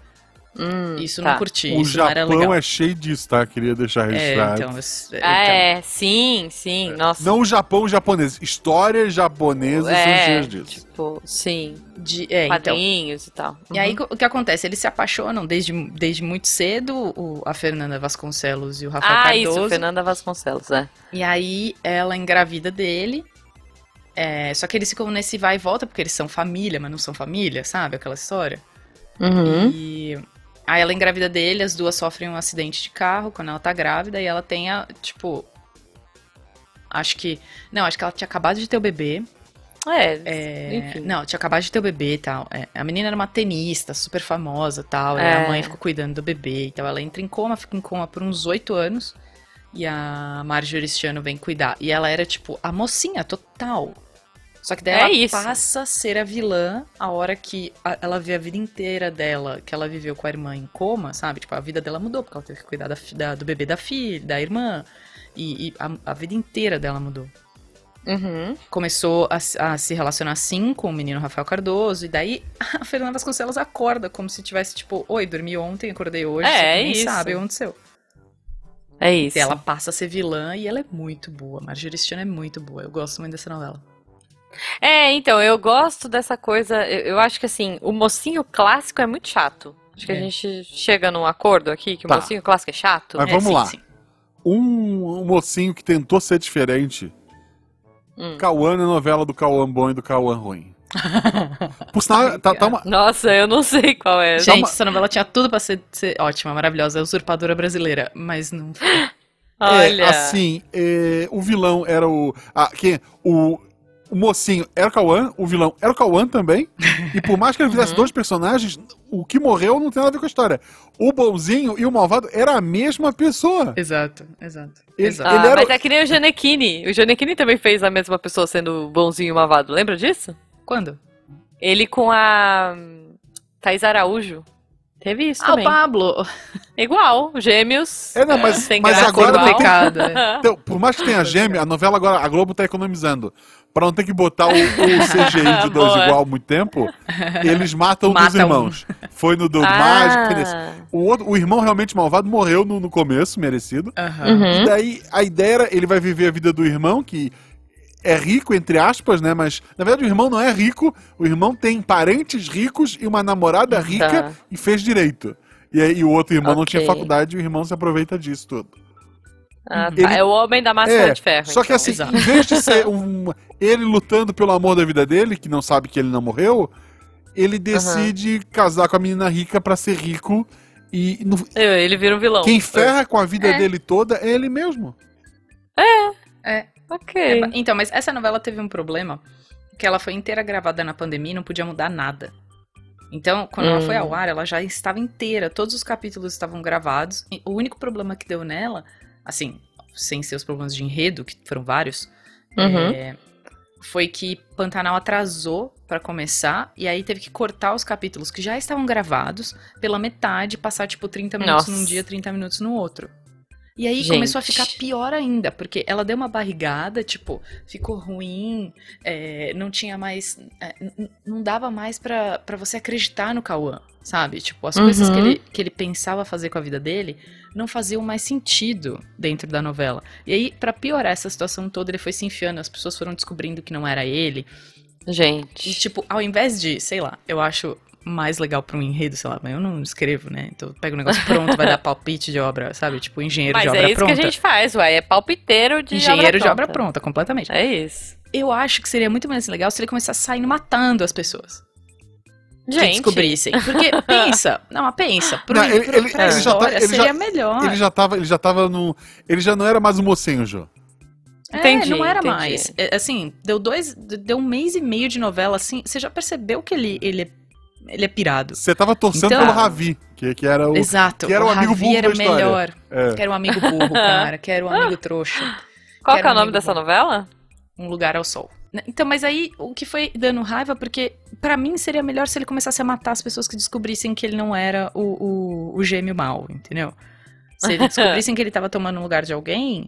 [SPEAKER 1] Hum,
[SPEAKER 3] Isso
[SPEAKER 1] tá.
[SPEAKER 3] não curti,
[SPEAKER 2] O
[SPEAKER 3] isso não era legal.
[SPEAKER 2] Japão é cheio disso, tá? Queria deixar
[SPEAKER 3] É,
[SPEAKER 2] registrado.
[SPEAKER 3] então, eu-
[SPEAKER 1] Ah,
[SPEAKER 3] então.
[SPEAKER 1] é, sim, sim, nossa.
[SPEAKER 2] É. Não o Japão japonês. Histórias japonesas são
[SPEAKER 1] é,
[SPEAKER 2] cheias disso.
[SPEAKER 1] tipo, sim,
[SPEAKER 3] De- é, então.
[SPEAKER 1] padrinhos e tal. Uhum.
[SPEAKER 3] E aí o que acontece? Eles se apaixonam desde, desde muito cedo, o- a Fernanda Vasconcelos e o Rafael
[SPEAKER 1] Ah,
[SPEAKER 3] Cardoso.
[SPEAKER 1] isso, Fernanda Vasconcelos, é.
[SPEAKER 3] E aí ela engravida dele. é, só que eles ficam nesse vai e volta, porque eles são família, mas não são família, sabe? Aquela história.
[SPEAKER 1] Uhum.
[SPEAKER 3] E aí ela engravida dele, as duas sofrem um acidente de carro quando ela tá grávida e ela tem a, tipo. Acho que. Não, acho que ela tinha acabado de ter o bebê.
[SPEAKER 1] É,
[SPEAKER 3] É,
[SPEAKER 1] enfim.
[SPEAKER 3] Não, tinha acabado de ter o bebê e tal. É, a menina era uma tenista, super famosa e tal. E
[SPEAKER 1] É.
[SPEAKER 3] a mãe ficou cuidando do bebê e tal. Ela entra em coma, fica em coma por uns oito anos. E a Marjorie este ano vem cuidar. E ela era, tipo, a mocinha total. Só que daí
[SPEAKER 1] É
[SPEAKER 3] ela
[SPEAKER 1] isso.
[SPEAKER 3] passa a ser a vilã a hora que a- ela vê a vida inteira dela, que ela viveu com a irmã em coma, sabe? Tipo, a vida dela mudou, porque ela teve que cuidar da fi- da- do bebê da filha, da irmã. E, e a- a vida inteira dela mudou
[SPEAKER 1] Uhum.
[SPEAKER 3] começou a, se- a se relacionar assim com o menino Rafael Cardoso, e daí a Fernanda Vasconcelos acorda como se tivesse tipo, oi, dormi ontem, acordei hoje,
[SPEAKER 1] É,
[SPEAKER 3] só que
[SPEAKER 1] é
[SPEAKER 3] nem
[SPEAKER 1] isso.
[SPEAKER 3] sabe o que aconteceu.
[SPEAKER 1] É isso.
[SPEAKER 3] E ela passa a ser vilã e ela é muito boa. Marjorie Stiano é muito boa. Eu gosto muito dessa novela.
[SPEAKER 1] É, então, eu gosto dessa coisa. Eu, eu acho que assim, o mocinho clássico é muito chato. Acho que a
[SPEAKER 3] É.
[SPEAKER 1] gente chega num acordo aqui que
[SPEAKER 2] Tá.
[SPEAKER 1] o mocinho clássico é chato.
[SPEAKER 2] Mas
[SPEAKER 3] É,
[SPEAKER 2] vamos
[SPEAKER 3] sim,
[SPEAKER 2] lá.
[SPEAKER 3] sim.
[SPEAKER 2] Um, um mocinho que tentou ser diferente.
[SPEAKER 1] Hum.
[SPEAKER 2] Cauã na novela do Cauã bom e do Cauã ruim. Por sinal, tá, tá uma,
[SPEAKER 1] Nossa, eu não sei qual é.
[SPEAKER 3] Gente,
[SPEAKER 2] uma-
[SPEAKER 3] essa novela tinha tudo pra ser, ser ótima, maravilhosa, é usurpadora brasileira, mas não foi.
[SPEAKER 1] Olha.
[SPEAKER 2] É, assim, é, o vilão era o. Ah, quem? O, o mocinho era o Cauã, o vilão era o Cauã também. E por mais que ele fizesse dois personagens, o que morreu não tem nada a ver com a história. O bonzinho e o malvado era a mesma pessoa.
[SPEAKER 3] Exato, exato.
[SPEAKER 2] Ele-
[SPEAKER 3] exato.
[SPEAKER 1] Ah,
[SPEAKER 2] ele era
[SPEAKER 1] mas
[SPEAKER 2] o-
[SPEAKER 1] é que nem o Gianecchini. O Gianecchini também fez a mesma pessoa sendo bonzinho e malvado. Lembra disso?
[SPEAKER 3] Quando?
[SPEAKER 1] Ele com a hum, Thaís Araújo. Teve isso
[SPEAKER 3] Ah, o
[SPEAKER 1] também.
[SPEAKER 3] Pablo!
[SPEAKER 1] Igual, gêmeos.
[SPEAKER 2] É, não, mas-
[SPEAKER 1] sem
[SPEAKER 2] mas
[SPEAKER 1] graça,
[SPEAKER 2] agora
[SPEAKER 1] igual.
[SPEAKER 2] não tem-
[SPEAKER 3] complicado, é.
[SPEAKER 2] Então, por mais que tenha gêmea, a novela agora, a Globo tá economizando. Pra não ter que botar o, o CGI de dois
[SPEAKER 1] Boa.
[SPEAKER 2] igual há muito tempo, eles matam um dos
[SPEAKER 3] Mata um.
[SPEAKER 2] irmãos. Foi no do Mágico, foi nesse.
[SPEAKER 1] ah,
[SPEAKER 2] O, outro, o irmão realmente malvado morreu no- no começo, merecido.
[SPEAKER 3] Aham.
[SPEAKER 1] uhum.
[SPEAKER 2] E daí a ideia era ele vai viver a vida do irmão, que é rico, entre aspas, né? Mas na verdade o irmão não é rico, o irmão tem parentes ricos e uma namorada
[SPEAKER 1] Tá.
[SPEAKER 2] rica e fez direito. E aí e o outro irmão não
[SPEAKER 1] Ok.
[SPEAKER 2] tinha faculdade e o irmão se aproveita disso tudo.
[SPEAKER 1] Ah, tá.
[SPEAKER 2] Ele-
[SPEAKER 1] É o homem da máscara de ferro.
[SPEAKER 2] só que
[SPEAKER 1] então.
[SPEAKER 2] assim,
[SPEAKER 3] Exato.
[SPEAKER 2] em vez de ser um, ele lutando pelo amor da vida dele, que não sabe que ele não morreu, ele decide casar com a menina rica pra ser rico e no-
[SPEAKER 1] Eu- Ele vira um vilão.
[SPEAKER 2] quem ferra com a vida
[SPEAKER 3] É.
[SPEAKER 2] dele toda é ele mesmo.
[SPEAKER 1] Ok.
[SPEAKER 3] É, Então, mas essa novela teve um problema, que ela foi inteira gravada na pandemia e não podia mudar nada. Então, quando ela
[SPEAKER 1] Hum.
[SPEAKER 3] foi ao ar, ela já estava inteira, todos os capítulos estavam gravados. E o único problema que deu nela, assim, sem ser os problemas de enredo, que foram vários,
[SPEAKER 1] Uhum.
[SPEAKER 3] é, foi que Pantanal atrasou pra começar e aí teve que cortar os capítulos que já estavam gravados pela metade, passar tipo 30 minutos
[SPEAKER 1] Nossa.
[SPEAKER 3] num dia, 30 minutos no outro. E aí
[SPEAKER 1] Gente.
[SPEAKER 3] começou a ficar pior ainda, porque ela deu uma barrigada, tipo, ficou ruim, é, não tinha mais. é, n- n- não dava mais pra pra você acreditar no Cauã, sabe? Tipo, as coisas que
[SPEAKER 1] Uhum.
[SPEAKER 3] ele, que ele pensava fazer com a vida dele não faziam mais sentido dentro da novela. E aí, pra piorar essa situação toda, ele foi se enfiando, as pessoas foram descobrindo que não era ele. É. E,
[SPEAKER 1] Gente.
[SPEAKER 3] tipo, ao invés de, sei lá, eu acho mais legal pra um enredo, sei lá, mas eu não escrevo, né? Então eu pego um negócio pronto, vai dar palpite de obra, sabe? Tipo, engenheiro
[SPEAKER 1] Mas
[SPEAKER 3] de
[SPEAKER 1] é
[SPEAKER 3] obra
[SPEAKER 1] isso
[SPEAKER 3] pronta.
[SPEAKER 1] que a gente faz, uai. É palpiteiro de
[SPEAKER 3] engenheiro
[SPEAKER 1] obra
[SPEAKER 3] de obra
[SPEAKER 1] pronta.
[SPEAKER 3] pronta, completamente.
[SPEAKER 1] É isso.
[SPEAKER 3] Eu acho que seria muito mais legal se ele começasse saindo matando as pessoas que
[SPEAKER 1] Gente.
[SPEAKER 3] descobrissem. Porque pensa, não, mas pensa, pro,
[SPEAKER 2] Não, ele-
[SPEAKER 3] pro,
[SPEAKER 2] ele-
[SPEAKER 3] pra
[SPEAKER 1] ele já
[SPEAKER 2] tá-
[SPEAKER 3] história
[SPEAKER 2] ele já-
[SPEAKER 3] seria
[SPEAKER 1] Ah,
[SPEAKER 3] melhor.
[SPEAKER 1] é.
[SPEAKER 2] Ele já tava, ele já tava no. Ele já não era mais um mocinho, Jô.
[SPEAKER 3] É,
[SPEAKER 1] Entendi,
[SPEAKER 3] não era
[SPEAKER 1] entendi.
[SPEAKER 3] mais. É, assim, deu dois. Deu um mês e meio de novela, assim. Você já percebeu que ele, ele, é, ele é pirado.
[SPEAKER 2] Você tava torcendo
[SPEAKER 3] Então-
[SPEAKER 2] pelo Ravi, que, que era o.
[SPEAKER 3] Exato.
[SPEAKER 2] que era o amigo burro
[SPEAKER 3] Javier
[SPEAKER 2] da
[SPEAKER 3] era
[SPEAKER 2] história.
[SPEAKER 3] melhor.
[SPEAKER 2] É.
[SPEAKER 3] Quero um amigo burro, cara. Quero um amigo trouxa.
[SPEAKER 1] Qual que é
[SPEAKER 3] Quero
[SPEAKER 1] o
[SPEAKER 3] um
[SPEAKER 1] nome
[SPEAKER 3] amigo
[SPEAKER 1] dessa
[SPEAKER 3] bom.
[SPEAKER 1] novela?
[SPEAKER 3] Um lugar ao sol. Então, mas aí o que foi dando raiva, porque pra mim seria melhor se ele começasse a matar as pessoas que descobrissem que ele não era o, o, o gêmeo mau, entendeu? Se eles descobrissem que ele tava tomando o lugar de alguém,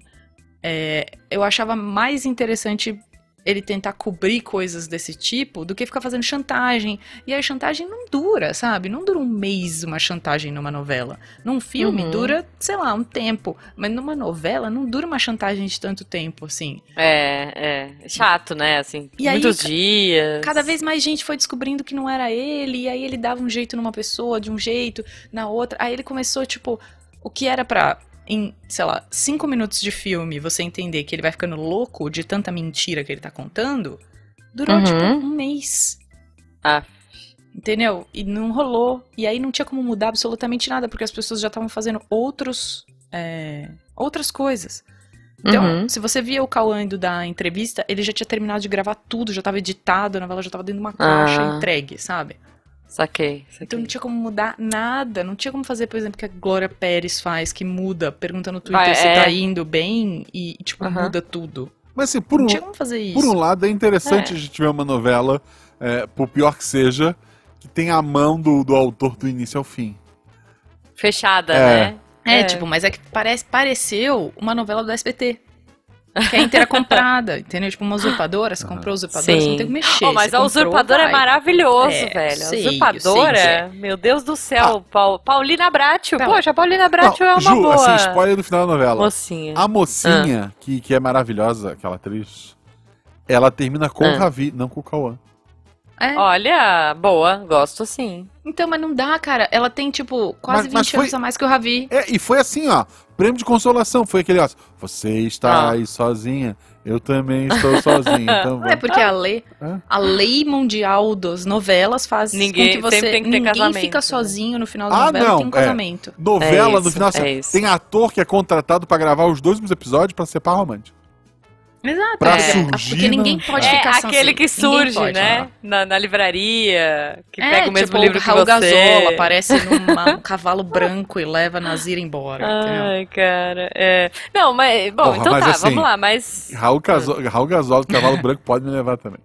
[SPEAKER 3] é, eu achava mais interessante ele tentar cobrir coisas desse tipo do que ficar fazendo chantagem. E aí chantagem não dura, sabe? Não dura um mês uma chantagem numa novela. Num filme
[SPEAKER 1] Uhum.
[SPEAKER 3] dura, sei lá, um tempo. Mas numa novela não dura uma chantagem de tanto tempo, assim.
[SPEAKER 1] É, é. Chato, né? Assim,
[SPEAKER 3] E aí,
[SPEAKER 1] muitos
[SPEAKER 3] ca-
[SPEAKER 1] dias.
[SPEAKER 3] Cada vez mais gente foi descobrindo que não era ele, e aí ele dava um jeito numa pessoa, de um jeito, na outra. Aí ele começou, tipo, o que era pra, em, sei lá, cinco minutos de filme, você entender que ele vai ficando louco de tanta mentira que ele tá contando, durou,
[SPEAKER 1] Uhum.
[SPEAKER 3] tipo, um mês.
[SPEAKER 1] Ah.
[SPEAKER 3] Entendeu? E não rolou. E aí não tinha como mudar absolutamente nada, porque as pessoas já estavam fazendo outros, é, outras coisas. Então,
[SPEAKER 1] Uhum.
[SPEAKER 3] se você via o Cauã indo da entrevista, ele já tinha terminado de gravar tudo, já estava editado, a novela já estava dentro de uma caixa
[SPEAKER 1] Ah.
[SPEAKER 3] entregue, sabe?
[SPEAKER 1] Saquei, saquei.
[SPEAKER 3] Então não tinha como mudar nada, não tinha como fazer, por exemplo, o que a Glória Pérez faz, que muda, pergunta no Twitter
[SPEAKER 1] Vai,
[SPEAKER 3] se
[SPEAKER 1] é.
[SPEAKER 3] tá indo bem e, tipo,
[SPEAKER 1] Aham.
[SPEAKER 3] muda tudo.
[SPEAKER 2] Mas assim, por
[SPEAKER 3] não
[SPEAKER 2] um,
[SPEAKER 3] tinha como fazer isso.
[SPEAKER 2] Por um lado, é interessante
[SPEAKER 1] É.
[SPEAKER 2] a gente tiver uma novela, é, por pior que seja, que tem a mão do, do autor do início ao fim.
[SPEAKER 1] Fechada,
[SPEAKER 2] É.
[SPEAKER 1] né?
[SPEAKER 3] É,
[SPEAKER 1] É.
[SPEAKER 3] tipo, mas é que parece, pareceu uma novela do SBT. Que é inteira comprada, entendeu? Tipo, uma usurpadora, você
[SPEAKER 2] Aham.
[SPEAKER 3] comprou a usurpadora, você
[SPEAKER 1] Sim.
[SPEAKER 3] não tem que mexer.
[SPEAKER 1] Oh, mas
[SPEAKER 3] você
[SPEAKER 1] a
[SPEAKER 3] comprou,
[SPEAKER 1] usurpadora é
[SPEAKER 3] vai.
[SPEAKER 1] maravilhoso,
[SPEAKER 3] É,
[SPEAKER 1] velho. A
[SPEAKER 3] sei, eu sei
[SPEAKER 1] usurpadora, é,
[SPEAKER 3] dizer.
[SPEAKER 1] meu Deus do céu. Pau- Paulina Bracho.
[SPEAKER 3] Não.
[SPEAKER 1] Poxa, a Paulina Bracho é uma
[SPEAKER 2] Ju,
[SPEAKER 1] boa
[SPEAKER 2] assim, spoiler do final da novela.
[SPEAKER 1] mocinha. Ah.
[SPEAKER 2] A mocinha, que, que é maravilhosa, aquela atriz, ela termina com
[SPEAKER 1] Ah.
[SPEAKER 2] o Ravi, não com o Cauã. Ah.
[SPEAKER 3] É.
[SPEAKER 1] Olha, boa, gosto sim.
[SPEAKER 3] Então, mas não dá, cara. Ela tem, tipo, quase
[SPEAKER 2] Mas- mas
[SPEAKER 3] 20 anos
[SPEAKER 2] foi-
[SPEAKER 3] a mais que o Ravi.
[SPEAKER 2] É, e foi assim, ó. Prêmio de consolação. Foi aquele, ó. Você está
[SPEAKER 1] Ah.
[SPEAKER 2] aí sozinha. Eu também estou sozinho. Então
[SPEAKER 3] Não
[SPEAKER 2] vamos.
[SPEAKER 3] é porque a lei,
[SPEAKER 2] Hã?
[SPEAKER 3] a lei mundial das novelas faz
[SPEAKER 1] Ninguém-
[SPEAKER 3] com que você
[SPEAKER 1] sempre tem que ter
[SPEAKER 3] ninguém
[SPEAKER 1] casamento,
[SPEAKER 3] fica
[SPEAKER 1] né?
[SPEAKER 3] sozinho no final da
[SPEAKER 2] Ah,
[SPEAKER 3] novela
[SPEAKER 2] não,
[SPEAKER 3] e tem um
[SPEAKER 2] é.
[SPEAKER 3] casamento.
[SPEAKER 2] Novela,
[SPEAKER 1] É
[SPEAKER 2] no
[SPEAKER 1] isso,
[SPEAKER 2] final,
[SPEAKER 1] é
[SPEAKER 2] assim,
[SPEAKER 1] isso.
[SPEAKER 2] tem ator que é contratado pra gravar os dois últimos episódios pra ser par romântico.
[SPEAKER 3] Exato.
[SPEAKER 2] Pra
[SPEAKER 3] porque,
[SPEAKER 2] surgir,
[SPEAKER 3] É, porque ninguém
[SPEAKER 2] não-
[SPEAKER 3] pode
[SPEAKER 1] É
[SPEAKER 3] ficar
[SPEAKER 2] assim,
[SPEAKER 3] sozinho.
[SPEAKER 1] aquele que
[SPEAKER 3] Ninguém
[SPEAKER 1] surge,
[SPEAKER 3] pode.
[SPEAKER 1] né? Na, na livraria, que
[SPEAKER 3] é,
[SPEAKER 1] pega o mesmo
[SPEAKER 3] tipo,
[SPEAKER 1] livro que
[SPEAKER 3] Raul
[SPEAKER 1] você.
[SPEAKER 3] Gazola aparece num um cavalo branco e leva a Nazira embora, entendeu?
[SPEAKER 1] Ai, cara. é. Não, mas. Bom,
[SPEAKER 2] Porra,
[SPEAKER 1] então
[SPEAKER 2] mas
[SPEAKER 1] tá,
[SPEAKER 2] assim,
[SPEAKER 1] vamos lá, mas.
[SPEAKER 2] Raul, Caso... Raul Gasol do Cavalo Branco pode me levar também.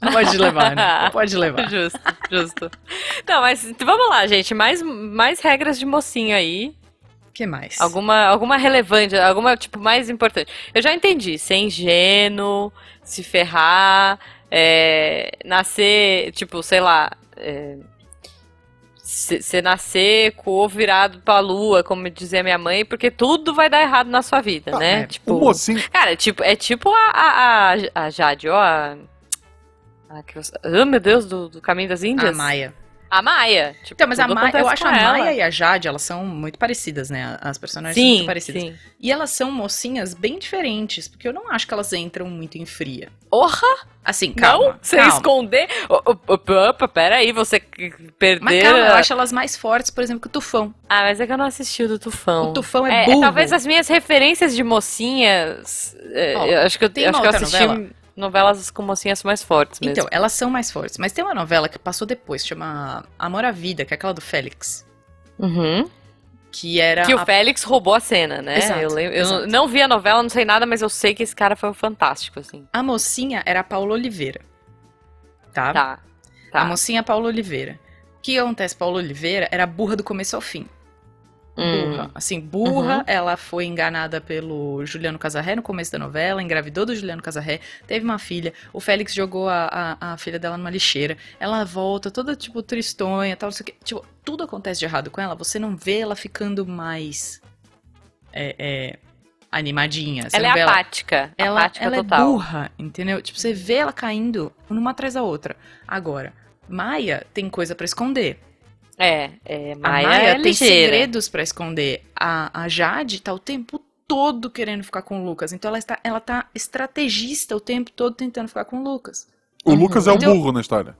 [SPEAKER 3] Não pode levar, né? Não pode levar.
[SPEAKER 1] Justo, justo. Não, mas então, vamos lá, gente. Mais, mais regras de mocinho aí.
[SPEAKER 3] O que mais?
[SPEAKER 1] Alguma, alguma relevante, alguma, tipo, mais importante. Eu já entendi. Ser ingênuo, se ferrar, é, nascer, tipo, sei lá. É, se, se nascer com o ovo virado pra lua, como dizia minha mãe, porque tudo vai dar errado na sua vida,
[SPEAKER 2] Ah,
[SPEAKER 1] né?
[SPEAKER 3] é.
[SPEAKER 1] Tipo,
[SPEAKER 2] O mocinho.
[SPEAKER 1] Cara, é tipo, é tipo a, a, a, a Jade, ó. A, a que você- ah, meu Deus, do, do Caminho das
[SPEAKER 3] A
[SPEAKER 1] Índias.
[SPEAKER 3] Maia.
[SPEAKER 1] A Maia. Tipo,
[SPEAKER 3] Então, mas a
[SPEAKER 1] tudo
[SPEAKER 3] Maia, eu
[SPEAKER 1] acontece
[SPEAKER 3] acho
[SPEAKER 1] com
[SPEAKER 3] a
[SPEAKER 1] ela.
[SPEAKER 3] Maia e a Jade, elas são muito parecidas, né? As personagens são muito
[SPEAKER 1] Sim,
[SPEAKER 3] parecidas.
[SPEAKER 1] sim.
[SPEAKER 3] E elas são mocinhas bem diferentes, porque eu não acho que elas entram muito em fria.
[SPEAKER 1] Porra,
[SPEAKER 3] Assim, calma.
[SPEAKER 1] não? Você
[SPEAKER 3] calma.
[SPEAKER 1] esconder? Ô, ô, ô, opa, peraí, você que- que perdeu.
[SPEAKER 3] Mas calma, eu
[SPEAKER 1] a-
[SPEAKER 3] acho elas mais fortes, por exemplo, que o Tufão.
[SPEAKER 1] Ah, mas é que eu não assisti o do Tufão.
[SPEAKER 3] O Tufão é,
[SPEAKER 1] É,
[SPEAKER 3] burro.
[SPEAKER 1] talvez as minhas referências de mocinhas. é,
[SPEAKER 3] Ó,
[SPEAKER 1] eu acho que eu,
[SPEAKER 3] tem uma
[SPEAKER 1] acho que eu
[SPEAKER 3] outra
[SPEAKER 1] assisti
[SPEAKER 3] novela?
[SPEAKER 1] novelas com mocinhas mais fortes mesmo.
[SPEAKER 3] Então, elas são mais fortes. Mas tem uma novela que passou depois, chama Amor à Vida, que é aquela do Félix.
[SPEAKER 1] Uhum.
[SPEAKER 3] Que era
[SPEAKER 1] É, Que
[SPEAKER 3] a-
[SPEAKER 1] o Félix roubou a cena, né?
[SPEAKER 3] Exato,
[SPEAKER 1] eu lembro, eu
[SPEAKER 3] exato.
[SPEAKER 1] não vi a novela, não sei nada, mas eu sei que esse cara foi um fantástico, assim.
[SPEAKER 3] a mocinha era a Paula Oliveira. Tá?
[SPEAKER 1] Tá. Tá.
[SPEAKER 3] A mocinha Paula Oliveira. O que acontece? Paula Oliveira era burra do começo ao fim.
[SPEAKER 1] Hum.
[SPEAKER 3] burra. Assim, burra,
[SPEAKER 1] Uhum.
[SPEAKER 3] ela foi enganada pelo Juliano Casarré no começo da novela, engravidou do Juliano Casarré, teve uma filha, o Félix jogou a, a, a filha dela numa lixeira, ela volta toda, tipo, tristonha, tal, não sei o quê. Tipo, tudo acontece de errado com ela, você não vê ela ficando mais é, é, animadinha. Você
[SPEAKER 1] Ela é
[SPEAKER 3] não vê ela,
[SPEAKER 1] apática.
[SPEAKER 3] ela,
[SPEAKER 1] apática
[SPEAKER 3] ela é
[SPEAKER 1] total.
[SPEAKER 3] burra, entendeu? Tipo, você vê ela caindo numa atrás da outra. Agora, Maia tem coisa pra esconder.
[SPEAKER 1] É, é.
[SPEAKER 3] A Maia,
[SPEAKER 1] Maia, é
[SPEAKER 3] tem
[SPEAKER 1] ligeira.
[SPEAKER 3] segredos pra esconder. A, a Jade tá o tempo todo querendo ficar com o Lucas. Então ela está, ela tá estrategista o tempo todo tentando ficar com o Lucas.
[SPEAKER 2] O Lucas é
[SPEAKER 1] Uhum.
[SPEAKER 2] o
[SPEAKER 3] Então-
[SPEAKER 2] burro na história.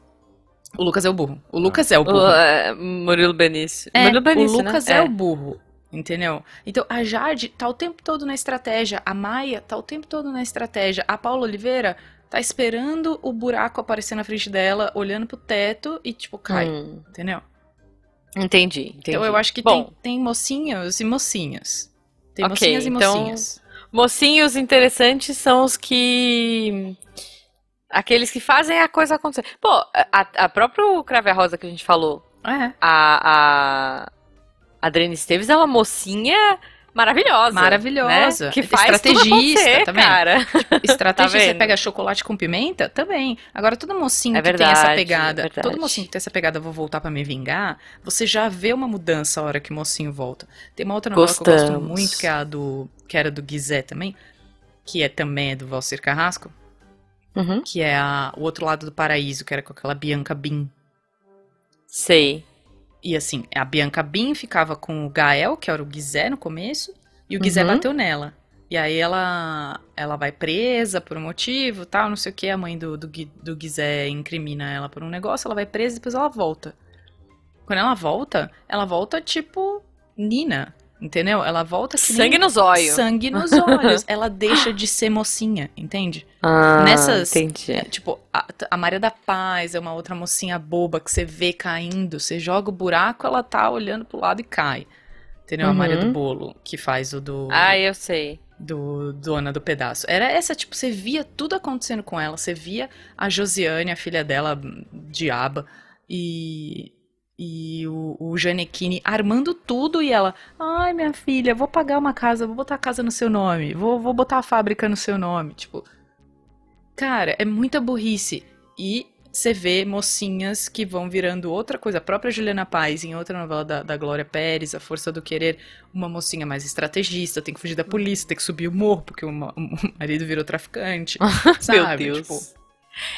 [SPEAKER 3] O Lucas é o burro. O Lucas é o burro.
[SPEAKER 1] O, é, Murilo Benício.
[SPEAKER 3] É,
[SPEAKER 1] Murilo Benício,
[SPEAKER 3] o Lucas
[SPEAKER 1] né?
[SPEAKER 3] é. o burro. Entendeu? Então a Jade tá o tempo todo na estratégia. A Maia tá o tempo todo na estratégia. A Paula Oliveira tá esperando o buraco aparecer na frente dela, olhando pro teto e, tipo, cai.
[SPEAKER 1] Hum,
[SPEAKER 3] Entendeu?
[SPEAKER 1] entendi, entendi.
[SPEAKER 3] Então eu acho que
[SPEAKER 1] Bom,
[SPEAKER 3] tem, tem mocinhos e mocinhas. Tem
[SPEAKER 1] Ok,
[SPEAKER 3] mocinhas e
[SPEAKER 1] então-
[SPEAKER 3] mocinhas.
[SPEAKER 1] Mocinhos interessantes são os que Aqueles que fazem a coisa acontecer. Pô, a, a próprio Crave a Rosa que a gente falou,
[SPEAKER 3] É.
[SPEAKER 1] a, a Adriane Esteves é uma mocinha maravilhosa.
[SPEAKER 3] Maravilhosa.
[SPEAKER 1] né? Que faz tudo
[SPEAKER 3] Estrategista tá
[SPEAKER 1] acontecer,
[SPEAKER 3] também.
[SPEAKER 1] cara.
[SPEAKER 3] Estratégia,
[SPEAKER 1] Tá
[SPEAKER 3] você
[SPEAKER 1] vendo?
[SPEAKER 3] pega chocolate com pimenta? Também. Agora, todo mocinho
[SPEAKER 1] É
[SPEAKER 3] que tem
[SPEAKER 1] verdade,
[SPEAKER 3] essa
[SPEAKER 1] é
[SPEAKER 3] pegada,
[SPEAKER 1] verdade.
[SPEAKER 3] todo mocinho que tem essa pegada, vou voltar pra me vingar, você já vê uma mudança a hora que o mocinho volta. Tem uma outra novela que eu gosto
[SPEAKER 1] Gostamos.
[SPEAKER 3] muito, que é a do, que era do Guizé também, que é também é do Valcir Carrasco,
[SPEAKER 1] Uhum.
[SPEAKER 3] que é a, o outro lado do paraíso, que era com aquela Bianca Bin.
[SPEAKER 1] Sei.
[SPEAKER 3] E assim, a Bianca Bin ficava com o Gael, que era o Guizé no começo, e o Guizé
[SPEAKER 1] Uhum.
[SPEAKER 3] bateu nela. E aí ela, ela vai presa por um motivo, tal, não sei o que, a mãe do, do, Gui- do Guizé incrimina ela por um negócio, ela vai presa e depois ela volta. Quando ela volta, ela volta tipo Nina, entendeu? Ela volta que
[SPEAKER 1] Sangue
[SPEAKER 3] nem
[SPEAKER 1] nos olhos.
[SPEAKER 3] sangue nos olhos. Ela deixa de ser mocinha, entende?
[SPEAKER 1] Ah,
[SPEAKER 3] Nessas-
[SPEAKER 1] Entendi.
[SPEAKER 3] É, tipo, a, a Maria da Paz é uma outra mocinha boba que você vê caindo. Você joga o buraco, ela tá olhando pro lado e cai. Entendeu? A Maria do
[SPEAKER 1] Uhum.
[SPEAKER 3] Bolo, que faz o do,
[SPEAKER 1] Ah, eu sei.
[SPEAKER 3] do Dona do Pedaço. Era essa, tipo, você via tudo acontecendo com ela. Você via a Josiane, a filha dela, diaba, e, e o, o Janequine armando tudo. E ela, ai, minha filha, vou pagar uma casa, vou botar a casa no seu nome, vou, vou botar a fábrica no seu nome. Tipo, cara, é muita burrice. E você vê mocinhas que vão virando outra coisa. A própria Juliana Paz, em outra novela da, da Glória Pérez, A Força do Querer, uma mocinha mais estrategista, tem que fugir da polícia, tem que subir o morro, porque o, ma- o marido virou traficante. sabe?
[SPEAKER 1] Meu Deus.
[SPEAKER 3] Tipo,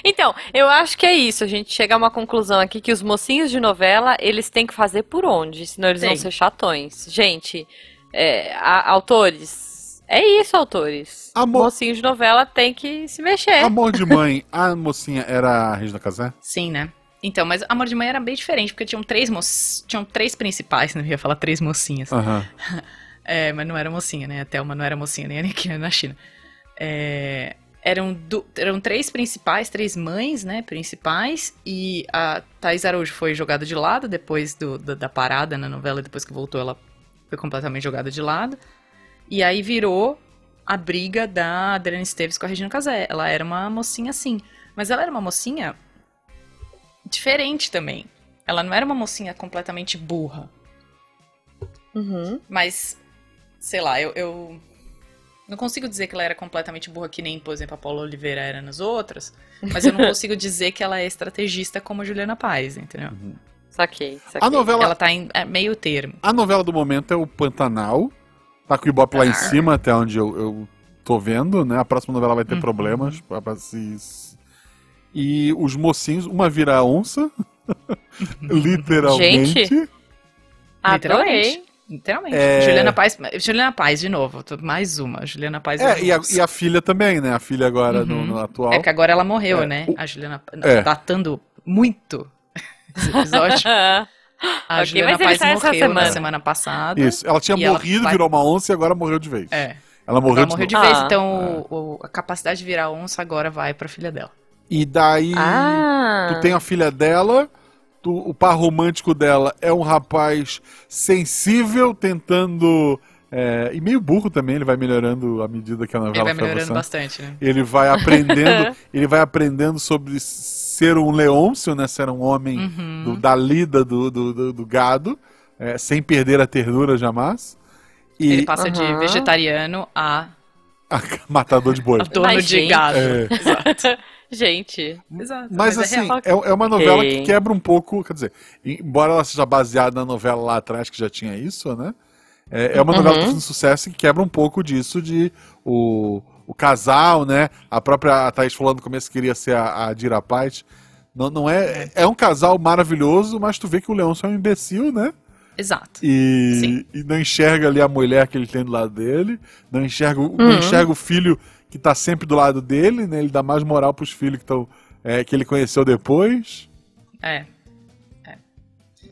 [SPEAKER 1] Então, eu acho que é isso. A gente chega a uma conclusão aqui que os mocinhos de novela, eles têm que fazer por onde, senão eles vão
[SPEAKER 3] Tem.
[SPEAKER 1] ser chatões. Gente, é, a- autores, é isso, autores.
[SPEAKER 2] Amor.
[SPEAKER 1] Mocinho de novela tem que se mexer.
[SPEAKER 2] Amor de mãe, a mocinha era a Regina Casé?
[SPEAKER 3] Sim, né? Então, mas Amor de Mãe era bem diferente, porque tinham três mo... tinham três principais, não ia falar três mocinhas.
[SPEAKER 2] Aham.
[SPEAKER 1] Tá
[SPEAKER 3] É, mas não era mocinha, né? A Thelma não era mocinha, nem a Aniquina na China. É, eram, du- eram três principais, três mães, né? Principais. E a Thais Araújo foi jogada de lado depois do- da, da parada na novela. Depois que voltou, ela foi completamente jogada de lado. E aí virou a briga da Adriana Esteves com a Regina Casé. Ela era uma mocinha assim. Mas ela era uma mocinha diferente também. Ela não era uma mocinha completamente burra.
[SPEAKER 1] Uhum.
[SPEAKER 3] Mas, sei lá, eu, eu não consigo dizer que ela era completamente burra, que nem, por exemplo, a Paula Oliveira era nas outras. Mas eu não consigo dizer que ela é estrategista como a Juliana Paes, entendeu?
[SPEAKER 1] Saquei, saquei.
[SPEAKER 2] A novela,
[SPEAKER 3] Ela tá em é, meio termo.
[SPEAKER 2] a novela do momento é o Pantanal. Tá com o Ibope
[SPEAKER 1] Ah.
[SPEAKER 2] lá em cima, até onde eu, eu tô vendo, né? A próxima novela vai ter
[SPEAKER 3] Uhum.
[SPEAKER 2] problemas pra, pra se. se- E os mocinhos, uma vira onça, literalmente.
[SPEAKER 1] Adorei.
[SPEAKER 3] Literalmente.
[SPEAKER 2] É.
[SPEAKER 3] Juliana Paes. Juliana Paes, de novo. tô- Mais uma. Juliana Paes.
[SPEAKER 2] É, e a,
[SPEAKER 3] nossa.
[SPEAKER 2] e a filha também, né? A filha agora no,
[SPEAKER 3] Uhum.
[SPEAKER 2] no atual.
[SPEAKER 3] É que agora ela morreu,
[SPEAKER 2] É,
[SPEAKER 3] né?
[SPEAKER 2] o-
[SPEAKER 3] A Juliana.
[SPEAKER 2] É.
[SPEAKER 3] Datando muito esse episódio. A
[SPEAKER 1] Ok,
[SPEAKER 3] Juliana
[SPEAKER 1] mas ele
[SPEAKER 3] Paes
[SPEAKER 1] sai essa
[SPEAKER 3] morreu na
[SPEAKER 1] semana.
[SPEAKER 3] semana passada.
[SPEAKER 2] Isso. Ela tinha
[SPEAKER 3] E ela
[SPEAKER 2] morrido,
[SPEAKER 3] vai-
[SPEAKER 2] virou uma onça e agora morreu de vez.
[SPEAKER 3] É.
[SPEAKER 2] Ela morreu
[SPEAKER 3] Ela
[SPEAKER 2] de
[SPEAKER 3] morreu de
[SPEAKER 2] novo.
[SPEAKER 3] vez,
[SPEAKER 1] Ah.
[SPEAKER 3] então o- o- a capacidade de virar onça agora vai pra filha dela.
[SPEAKER 2] E daí
[SPEAKER 1] Ah.
[SPEAKER 2] tu tem a filha dela, tu- o par romântico dela é um rapaz sensível, tentando. é, e meio burro também, ele vai melhorando à medida que a
[SPEAKER 3] Ele
[SPEAKER 2] novela vai
[SPEAKER 3] vai melhorando
[SPEAKER 2] avançando.
[SPEAKER 3] bastante, né?
[SPEAKER 2] Ele vai aprendendo, ele vai aprendendo sobre ser um leôncio, né? Ser um homem
[SPEAKER 3] Uhum.
[SPEAKER 2] do- da lida do, do, do- do gado, é, sem perder a ternura jamais. E
[SPEAKER 3] Ele tá- passa de
[SPEAKER 1] Aham.
[SPEAKER 3] vegetariano a
[SPEAKER 2] matador de boi.
[SPEAKER 3] dono
[SPEAKER 1] Mas,
[SPEAKER 3] de
[SPEAKER 1] gente.
[SPEAKER 3] gado.
[SPEAKER 2] É.
[SPEAKER 1] gente,
[SPEAKER 3] Exato.
[SPEAKER 2] Mas,
[SPEAKER 3] é
[SPEAKER 2] assim,
[SPEAKER 3] real.
[SPEAKER 2] é, é uma novela
[SPEAKER 1] Ok.
[SPEAKER 2] que quebra um pouco, quer dizer, embora ela seja baseada na novela lá atrás, que já tinha isso, né? É, é uma novela que tá
[SPEAKER 1] Uhum.
[SPEAKER 2] fazendo sucesso e que quebra um pouco disso de o, o casal, né? A própria Thaís falando no começo que queria ser a, a Dira Paz. Não, não é, é um casal maravilhoso, mas tu vê que o Leão só é um imbecil, né?
[SPEAKER 3] Exato.
[SPEAKER 2] E,
[SPEAKER 3] Sim.
[SPEAKER 2] e não enxerga ali a mulher que ele tem do lado dele, não enxerga, o- não
[SPEAKER 1] Uhum.
[SPEAKER 2] enxerga o filho que tá sempre do lado dele, né? Ele dá mais moral pros filhos que, tão, é, que ele conheceu depois.
[SPEAKER 3] É.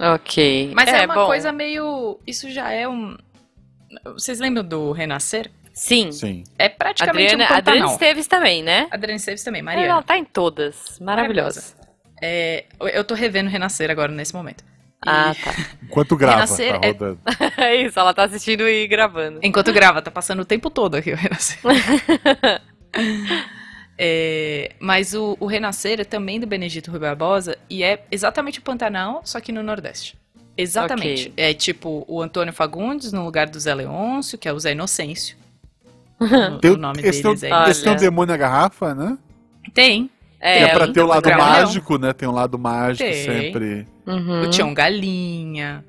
[SPEAKER 1] ok.
[SPEAKER 3] Mas é, uma
[SPEAKER 1] bom,
[SPEAKER 3] coisa meio. Isso já é um. Vocês lembram do Renascer?
[SPEAKER 1] Sim,
[SPEAKER 2] Sim.
[SPEAKER 3] É praticamente
[SPEAKER 1] Adriana,
[SPEAKER 3] um
[SPEAKER 1] Adriana
[SPEAKER 3] Pantanal.
[SPEAKER 1] Esteves também, né?
[SPEAKER 3] Adriana Esteves também,
[SPEAKER 1] Ela
[SPEAKER 3] Mariana.
[SPEAKER 1] tá em todas. Maravilhosa.
[SPEAKER 3] É, eu tô revendo Renascer agora nesse momento. E-
[SPEAKER 1] Ah, tá.
[SPEAKER 2] Enquanto grava, tá
[SPEAKER 3] Renascer é-
[SPEAKER 2] rodando.
[SPEAKER 1] É isso, ela tá assistindo e gravando.
[SPEAKER 3] assim. Enquanto grava, tá passando o tempo todo aqui o Renascer. É, mas o, o Renascer é também do Benedito Rui Barbosa e é exatamente o Pantanal, só que no Nordeste. Exatamente.
[SPEAKER 1] Ok.
[SPEAKER 3] É tipo o Antônio Fagundes no lugar do Zé Leôncio, que é o Zé Inocêncio. O-
[SPEAKER 2] Tem
[SPEAKER 3] o nome
[SPEAKER 2] esse
[SPEAKER 3] deles
[SPEAKER 2] tem,
[SPEAKER 3] é.
[SPEAKER 2] esse tem um
[SPEAKER 1] Olha.
[SPEAKER 2] demônio na garrafa, né?
[SPEAKER 3] Tem.
[SPEAKER 1] É,
[SPEAKER 2] É, é pra
[SPEAKER 1] eu-
[SPEAKER 2] ter o lado
[SPEAKER 3] Gavião.
[SPEAKER 2] mágico, né? Tem um lado mágico
[SPEAKER 3] um Tem.
[SPEAKER 2] sempre.
[SPEAKER 1] Uhum.
[SPEAKER 3] O Tião Galinha,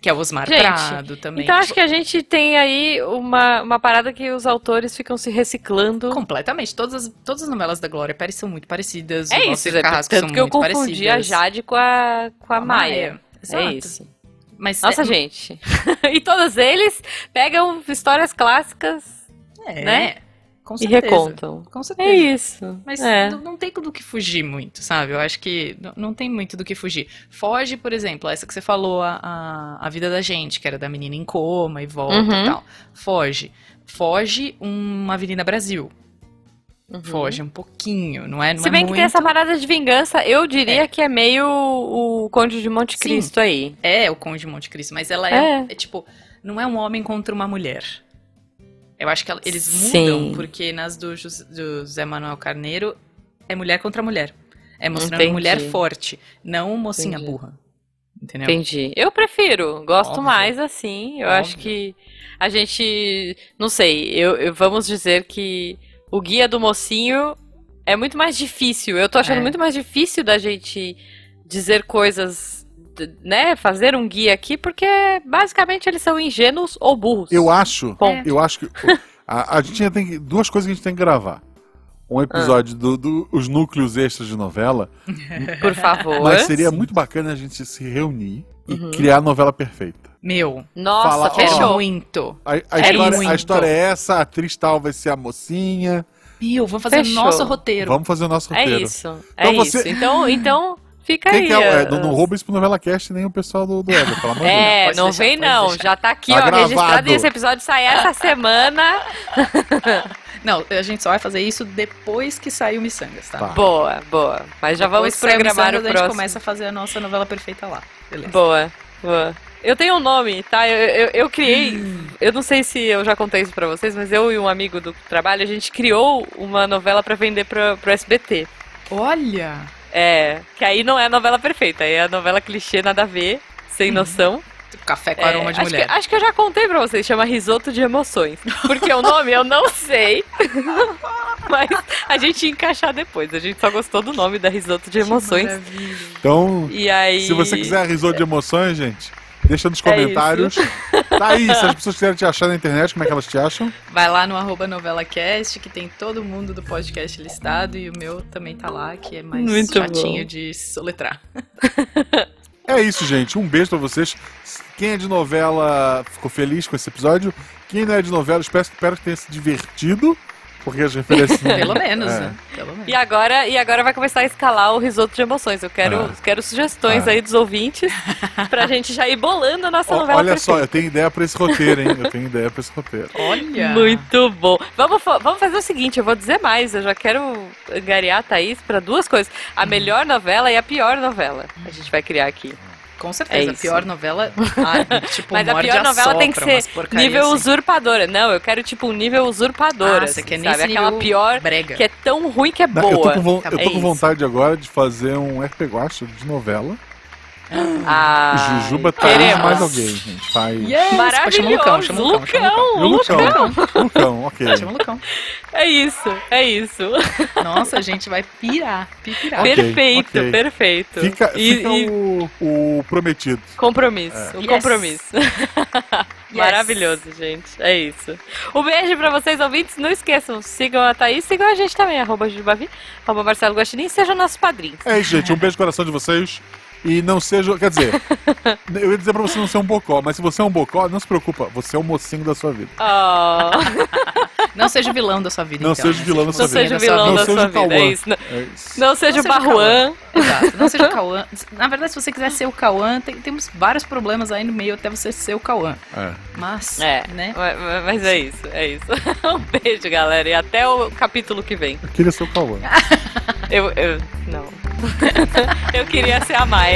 [SPEAKER 3] que é o Osmar
[SPEAKER 1] Gente,
[SPEAKER 3] Prado também.
[SPEAKER 1] Então
[SPEAKER 3] Tipo,
[SPEAKER 1] acho que a gente tem aí uma, uma parada que os autores ficam se reciclando.
[SPEAKER 3] Completamente. Todas as, todas as novelas da Glória Pérez são muito parecidas.
[SPEAKER 1] É
[SPEAKER 3] o
[SPEAKER 1] isso,
[SPEAKER 3] Valcir
[SPEAKER 1] Zé,
[SPEAKER 3] Carrasco
[SPEAKER 1] tanto
[SPEAKER 3] são
[SPEAKER 1] que eu
[SPEAKER 3] muito
[SPEAKER 1] confundi a
[SPEAKER 3] parecidas.
[SPEAKER 1] Jade com a, com a,
[SPEAKER 3] A
[SPEAKER 1] Maia.
[SPEAKER 3] Exato.
[SPEAKER 1] É isso.
[SPEAKER 3] Mas
[SPEAKER 1] Nossa,
[SPEAKER 3] é,
[SPEAKER 1] gente. e todos eles pegam histórias clássicas
[SPEAKER 3] é,
[SPEAKER 1] né?
[SPEAKER 3] Com
[SPEAKER 1] e
[SPEAKER 3] certeza.
[SPEAKER 1] recontam.
[SPEAKER 3] Com certeza.
[SPEAKER 1] É isso.
[SPEAKER 3] Mas
[SPEAKER 1] é.
[SPEAKER 3] não, não tem do que fugir muito, sabe? Eu acho que n- não tem muito do que fugir. Foge, por exemplo, essa que você falou, a, a, a vida da gente, que era da menina em coma e volta
[SPEAKER 1] Uhum.
[SPEAKER 3] e tal. Foge. Foge uma Avenida Brasil.
[SPEAKER 1] Uhum.
[SPEAKER 3] Foge um pouquinho, não é? Não
[SPEAKER 1] Se
[SPEAKER 3] é
[SPEAKER 1] bem que
[SPEAKER 3] muito.
[SPEAKER 1] tem essa parada de vingança, eu diria que é meio o Conde de Monte
[SPEAKER 3] Sim.
[SPEAKER 1] Cristo aí.
[SPEAKER 3] É o Conde de Monte Cristo, mas ela é,
[SPEAKER 1] É.
[SPEAKER 3] é, tipo, não é um homem contra uma mulher. Eu acho que ela- eles
[SPEAKER 1] Sim.
[SPEAKER 3] mudam, porque nas do, Jus- do Zé Manuel Carneiro é mulher contra mulher. É mostrando
[SPEAKER 1] Entendi.
[SPEAKER 3] mulher forte, não mocinha
[SPEAKER 1] Entendi.
[SPEAKER 3] burra. Entendeu?
[SPEAKER 1] Entendi. Eu prefiro, gosto
[SPEAKER 3] É Óbvio.
[SPEAKER 1] mais assim. Eu acho
[SPEAKER 3] Óbvio.
[SPEAKER 1] que a gente, não sei, eu, eu- vamos dizer que o guia do mocinho é muito mais difícil. Eu tô achando
[SPEAKER 3] É.
[SPEAKER 1] muito mais difícil da gente dizer coisas, d- né, fazer um guia aqui, porque basicamente eles são ingênuos ou burros.
[SPEAKER 2] Eu acho,
[SPEAKER 1] Bom.
[SPEAKER 2] eu acho que a, a gente ainda tem que- duas coisas que a gente tem que gravar. Um
[SPEAKER 3] Ah.
[SPEAKER 2] episódio dos do, os núcleos extras de novela,
[SPEAKER 3] É.
[SPEAKER 1] Por favor.
[SPEAKER 2] mas seria
[SPEAKER 3] Sim.
[SPEAKER 2] muito bacana a gente se reunir e
[SPEAKER 1] Uhum.
[SPEAKER 2] criar a novela perfeita.
[SPEAKER 3] Meu,
[SPEAKER 1] Nossa,
[SPEAKER 2] Fala, ó.
[SPEAKER 3] é
[SPEAKER 1] fechou.
[SPEAKER 3] muito.
[SPEAKER 2] A, a
[SPEAKER 1] É
[SPEAKER 2] história,
[SPEAKER 3] muito.
[SPEAKER 2] a história é essa, a atriz tal vai ser a mocinha.
[SPEAKER 3] Meu, vamos fazer
[SPEAKER 1] Fechou.
[SPEAKER 3] nosso roteiro.
[SPEAKER 2] Vamos fazer o nosso
[SPEAKER 1] É
[SPEAKER 2] roteiro.
[SPEAKER 1] isso. É
[SPEAKER 2] Então
[SPEAKER 1] isso.
[SPEAKER 2] você-
[SPEAKER 1] Então, então fica
[SPEAKER 2] Quem
[SPEAKER 1] aí.
[SPEAKER 2] que é,
[SPEAKER 1] a-
[SPEAKER 2] é, não, não rouba isso pro Novela Cast nem o pessoal do, do Ever, pelo amor de Deus.
[SPEAKER 1] É,
[SPEAKER 3] Pode
[SPEAKER 1] não
[SPEAKER 3] deixar,
[SPEAKER 1] vem
[SPEAKER 3] pode
[SPEAKER 1] não.
[SPEAKER 3] deixar.
[SPEAKER 1] Já tá aqui,
[SPEAKER 2] Tá
[SPEAKER 1] ó, registrado
[SPEAKER 2] gravado.
[SPEAKER 1] e esse episódio sai essa semana.
[SPEAKER 3] Não, a gente só vai fazer isso depois que sair o Missangas, tá?
[SPEAKER 2] Tá.
[SPEAKER 1] Boa, boa. Mas já
[SPEAKER 3] Depois
[SPEAKER 1] vamos
[SPEAKER 3] que sair
[SPEAKER 1] programar o
[SPEAKER 3] Missangas, A gente
[SPEAKER 1] próximo.
[SPEAKER 3] começa a fazer a nossa novela perfeita lá. Beleza.
[SPEAKER 1] Boa, boa. Eu tenho um nome, tá? Eu, eu, eu criei. Eu não sei se eu já contei isso pra vocês, mas eu e um amigo do trabalho, a gente criou uma novela pra vender pro, pro SBT.
[SPEAKER 3] Olha!
[SPEAKER 1] É, que aí não é a novela perfeita, aí é a novela clichê, nada a ver, sem noção.
[SPEAKER 3] Tipo, café com aroma
[SPEAKER 1] É,
[SPEAKER 3] de
[SPEAKER 1] acho
[SPEAKER 3] mulher.
[SPEAKER 1] Que, acho que eu já contei pra vocês, chama Risoto de Emoções. Porque o nome eu não sei. Mas a gente ia encaixar depois. A gente só gostou do nome da Risoto de Emoções.
[SPEAKER 2] Então,
[SPEAKER 1] E aí.
[SPEAKER 2] se você quiser risoto de emoções, gente, deixa nos
[SPEAKER 1] É isso.
[SPEAKER 2] comentários. tá aí, se as pessoas quiserem te achar na internet, como é que elas te acham?
[SPEAKER 3] Vai lá no arroba novelacast, que tem todo mundo do podcast listado, e o meu também tá lá, que é mais
[SPEAKER 1] Muito
[SPEAKER 3] chatinho
[SPEAKER 1] bom.
[SPEAKER 3] de soletrar.
[SPEAKER 2] É isso, gente. Um beijo pra vocês. Quem é de novela ficou feliz com esse episódio. Quem não é de novela, espero, espero que tenha se divertido. Porque as referências.
[SPEAKER 3] Pelo menos,
[SPEAKER 2] É.
[SPEAKER 3] né? Pelo menos.
[SPEAKER 1] E agora, e agora vai começar a escalar o risoto de emoções. Eu quero, quero sugestões
[SPEAKER 2] Ah.
[SPEAKER 1] aí dos ouvintes pra gente já ir bolando a nossa
[SPEAKER 2] Ó,
[SPEAKER 1] novela é
[SPEAKER 2] olha
[SPEAKER 1] perfeita.
[SPEAKER 2] só, eu tenho ideia pra esse roteiro, hein? Eu tenho ideia pra esse roteiro.
[SPEAKER 3] Olha!
[SPEAKER 1] Muito bom. Vamos, fa- vamos fazer o seguinte, eu vou dizer mais. Eu já quero angariar a Thaís pra duas coisas.
[SPEAKER 2] Uhum.
[SPEAKER 1] A melhor novela e a pior novela. A gente vai criar aqui.
[SPEAKER 3] Com
[SPEAKER 1] É
[SPEAKER 3] certeza, a
[SPEAKER 1] isso.
[SPEAKER 3] pior novela. Ah, tipo,
[SPEAKER 1] Mas a
[SPEAKER 3] morde
[SPEAKER 1] pior novela
[SPEAKER 3] sopra,
[SPEAKER 1] tem que
[SPEAKER 3] umas
[SPEAKER 1] ser
[SPEAKER 3] porcaria
[SPEAKER 1] nível
[SPEAKER 3] assim.
[SPEAKER 1] usurpadora. Não, eu quero tipo um nível usurpadora.
[SPEAKER 3] Ah, você
[SPEAKER 1] assim,
[SPEAKER 3] quer
[SPEAKER 1] sabe?
[SPEAKER 3] nesse
[SPEAKER 1] Aquela
[SPEAKER 3] nível
[SPEAKER 1] pior
[SPEAKER 3] brega.
[SPEAKER 1] que é tão ruim que é
[SPEAKER 2] Não, Eu tô
[SPEAKER 1] boa.
[SPEAKER 2] com, vo-
[SPEAKER 3] Tá
[SPEAKER 2] eu tô
[SPEAKER 3] bom. É
[SPEAKER 2] com
[SPEAKER 3] isso.
[SPEAKER 2] vontade agora de fazer um RP Guacho de novela.
[SPEAKER 1] Ah,
[SPEAKER 2] Jujuba Thaís
[SPEAKER 1] queremos. é
[SPEAKER 2] mais alguém, gente. Tá Faz.
[SPEAKER 3] Yes, pô, Chama o Lucão, chama o Lucão. Chama
[SPEAKER 1] Lucão,
[SPEAKER 2] E
[SPEAKER 3] o Lucão.
[SPEAKER 2] o
[SPEAKER 1] Lucão.
[SPEAKER 2] Lucão. Lucão, ok.
[SPEAKER 3] Chama o Lucão.
[SPEAKER 1] É isso, é isso.
[SPEAKER 3] Nossa, a gente vai pirar. Pirar.
[SPEAKER 2] Ok,
[SPEAKER 1] perfeito,
[SPEAKER 2] ok.
[SPEAKER 1] perfeito.
[SPEAKER 2] Fica,
[SPEAKER 1] e,
[SPEAKER 2] fica um- É.
[SPEAKER 1] e
[SPEAKER 2] o, o prometido.
[SPEAKER 1] compromisso, um
[SPEAKER 3] Yes.
[SPEAKER 1] compromisso. Maravilhoso, gente. É isso. Um beijo pra vocês, ouvintes. Não esqueçam, sigam a Thaís, sigam a gente também, arroba Jujubavi, arroba Marcelo Guaxinim, sejam nossos padrinhos.
[SPEAKER 2] É isso, gente. Um beijo no coração de vocês. E não seja. Quer dizer, eu ia dizer pra você não ser um bocó, mas se você é um bocó, não se preocupa. Você é o mocinho da sua vida.
[SPEAKER 1] Oh.
[SPEAKER 3] Não seja o vilão da sua vida,
[SPEAKER 2] Não
[SPEAKER 3] então,
[SPEAKER 2] seja o
[SPEAKER 3] né?
[SPEAKER 2] vilão da
[SPEAKER 1] Não
[SPEAKER 2] sua
[SPEAKER 1] seja
[SPEAKER 2] vida.
[SPEAKER 1] o vilão
[SPEAKER 2] Não
[SPEAKER 1] da
[SPEAKER 2] seja
[SPEAKER 1] sua
[SPEAKER 2] o
[SPEAKER 1] vida,
[SPEAKER 2] Cauã.
[SPEAKER 1] é isso. Não,
[SPEAKER 2] É isso.
[SPEAKER 1] não seja
[SPEAKER 3] Não
[SPEAKER 1] o
[SPEAKER 3] seja o
[SPEAKER 1] Barruan.
[SPEAKER 3] Exato. Não seja o Cauã. Na verdade, se você quiser ser o Cauã, tem- temos vários problemas aí no meio até você ser o Cauã.
[SPEAKER 2] É.
[SPEAKER 3] Mas,
[SPEAKER 1] É,
[SPEAKER 3] né?
[SPEAKER 1] Mas, mas é isso, é isso. Um beijo, galera, e até o capítulo que vem.
[SPEAKER 2] Eu queria ser o Cauã.
[SPEAKER 1] Eu, eu não. eu queria ser a Maia.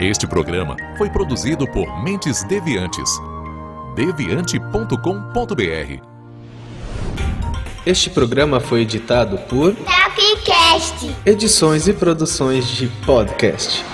[SPEAKER 4] Este programa foi produzido por Mentes Deviantes. deviante.com.br.
[SPEAKER 5] Este programa foi editado por
[SPEAKER 6] Tapcast.
[SPEAKER 5] Edições e Produções de Podcast.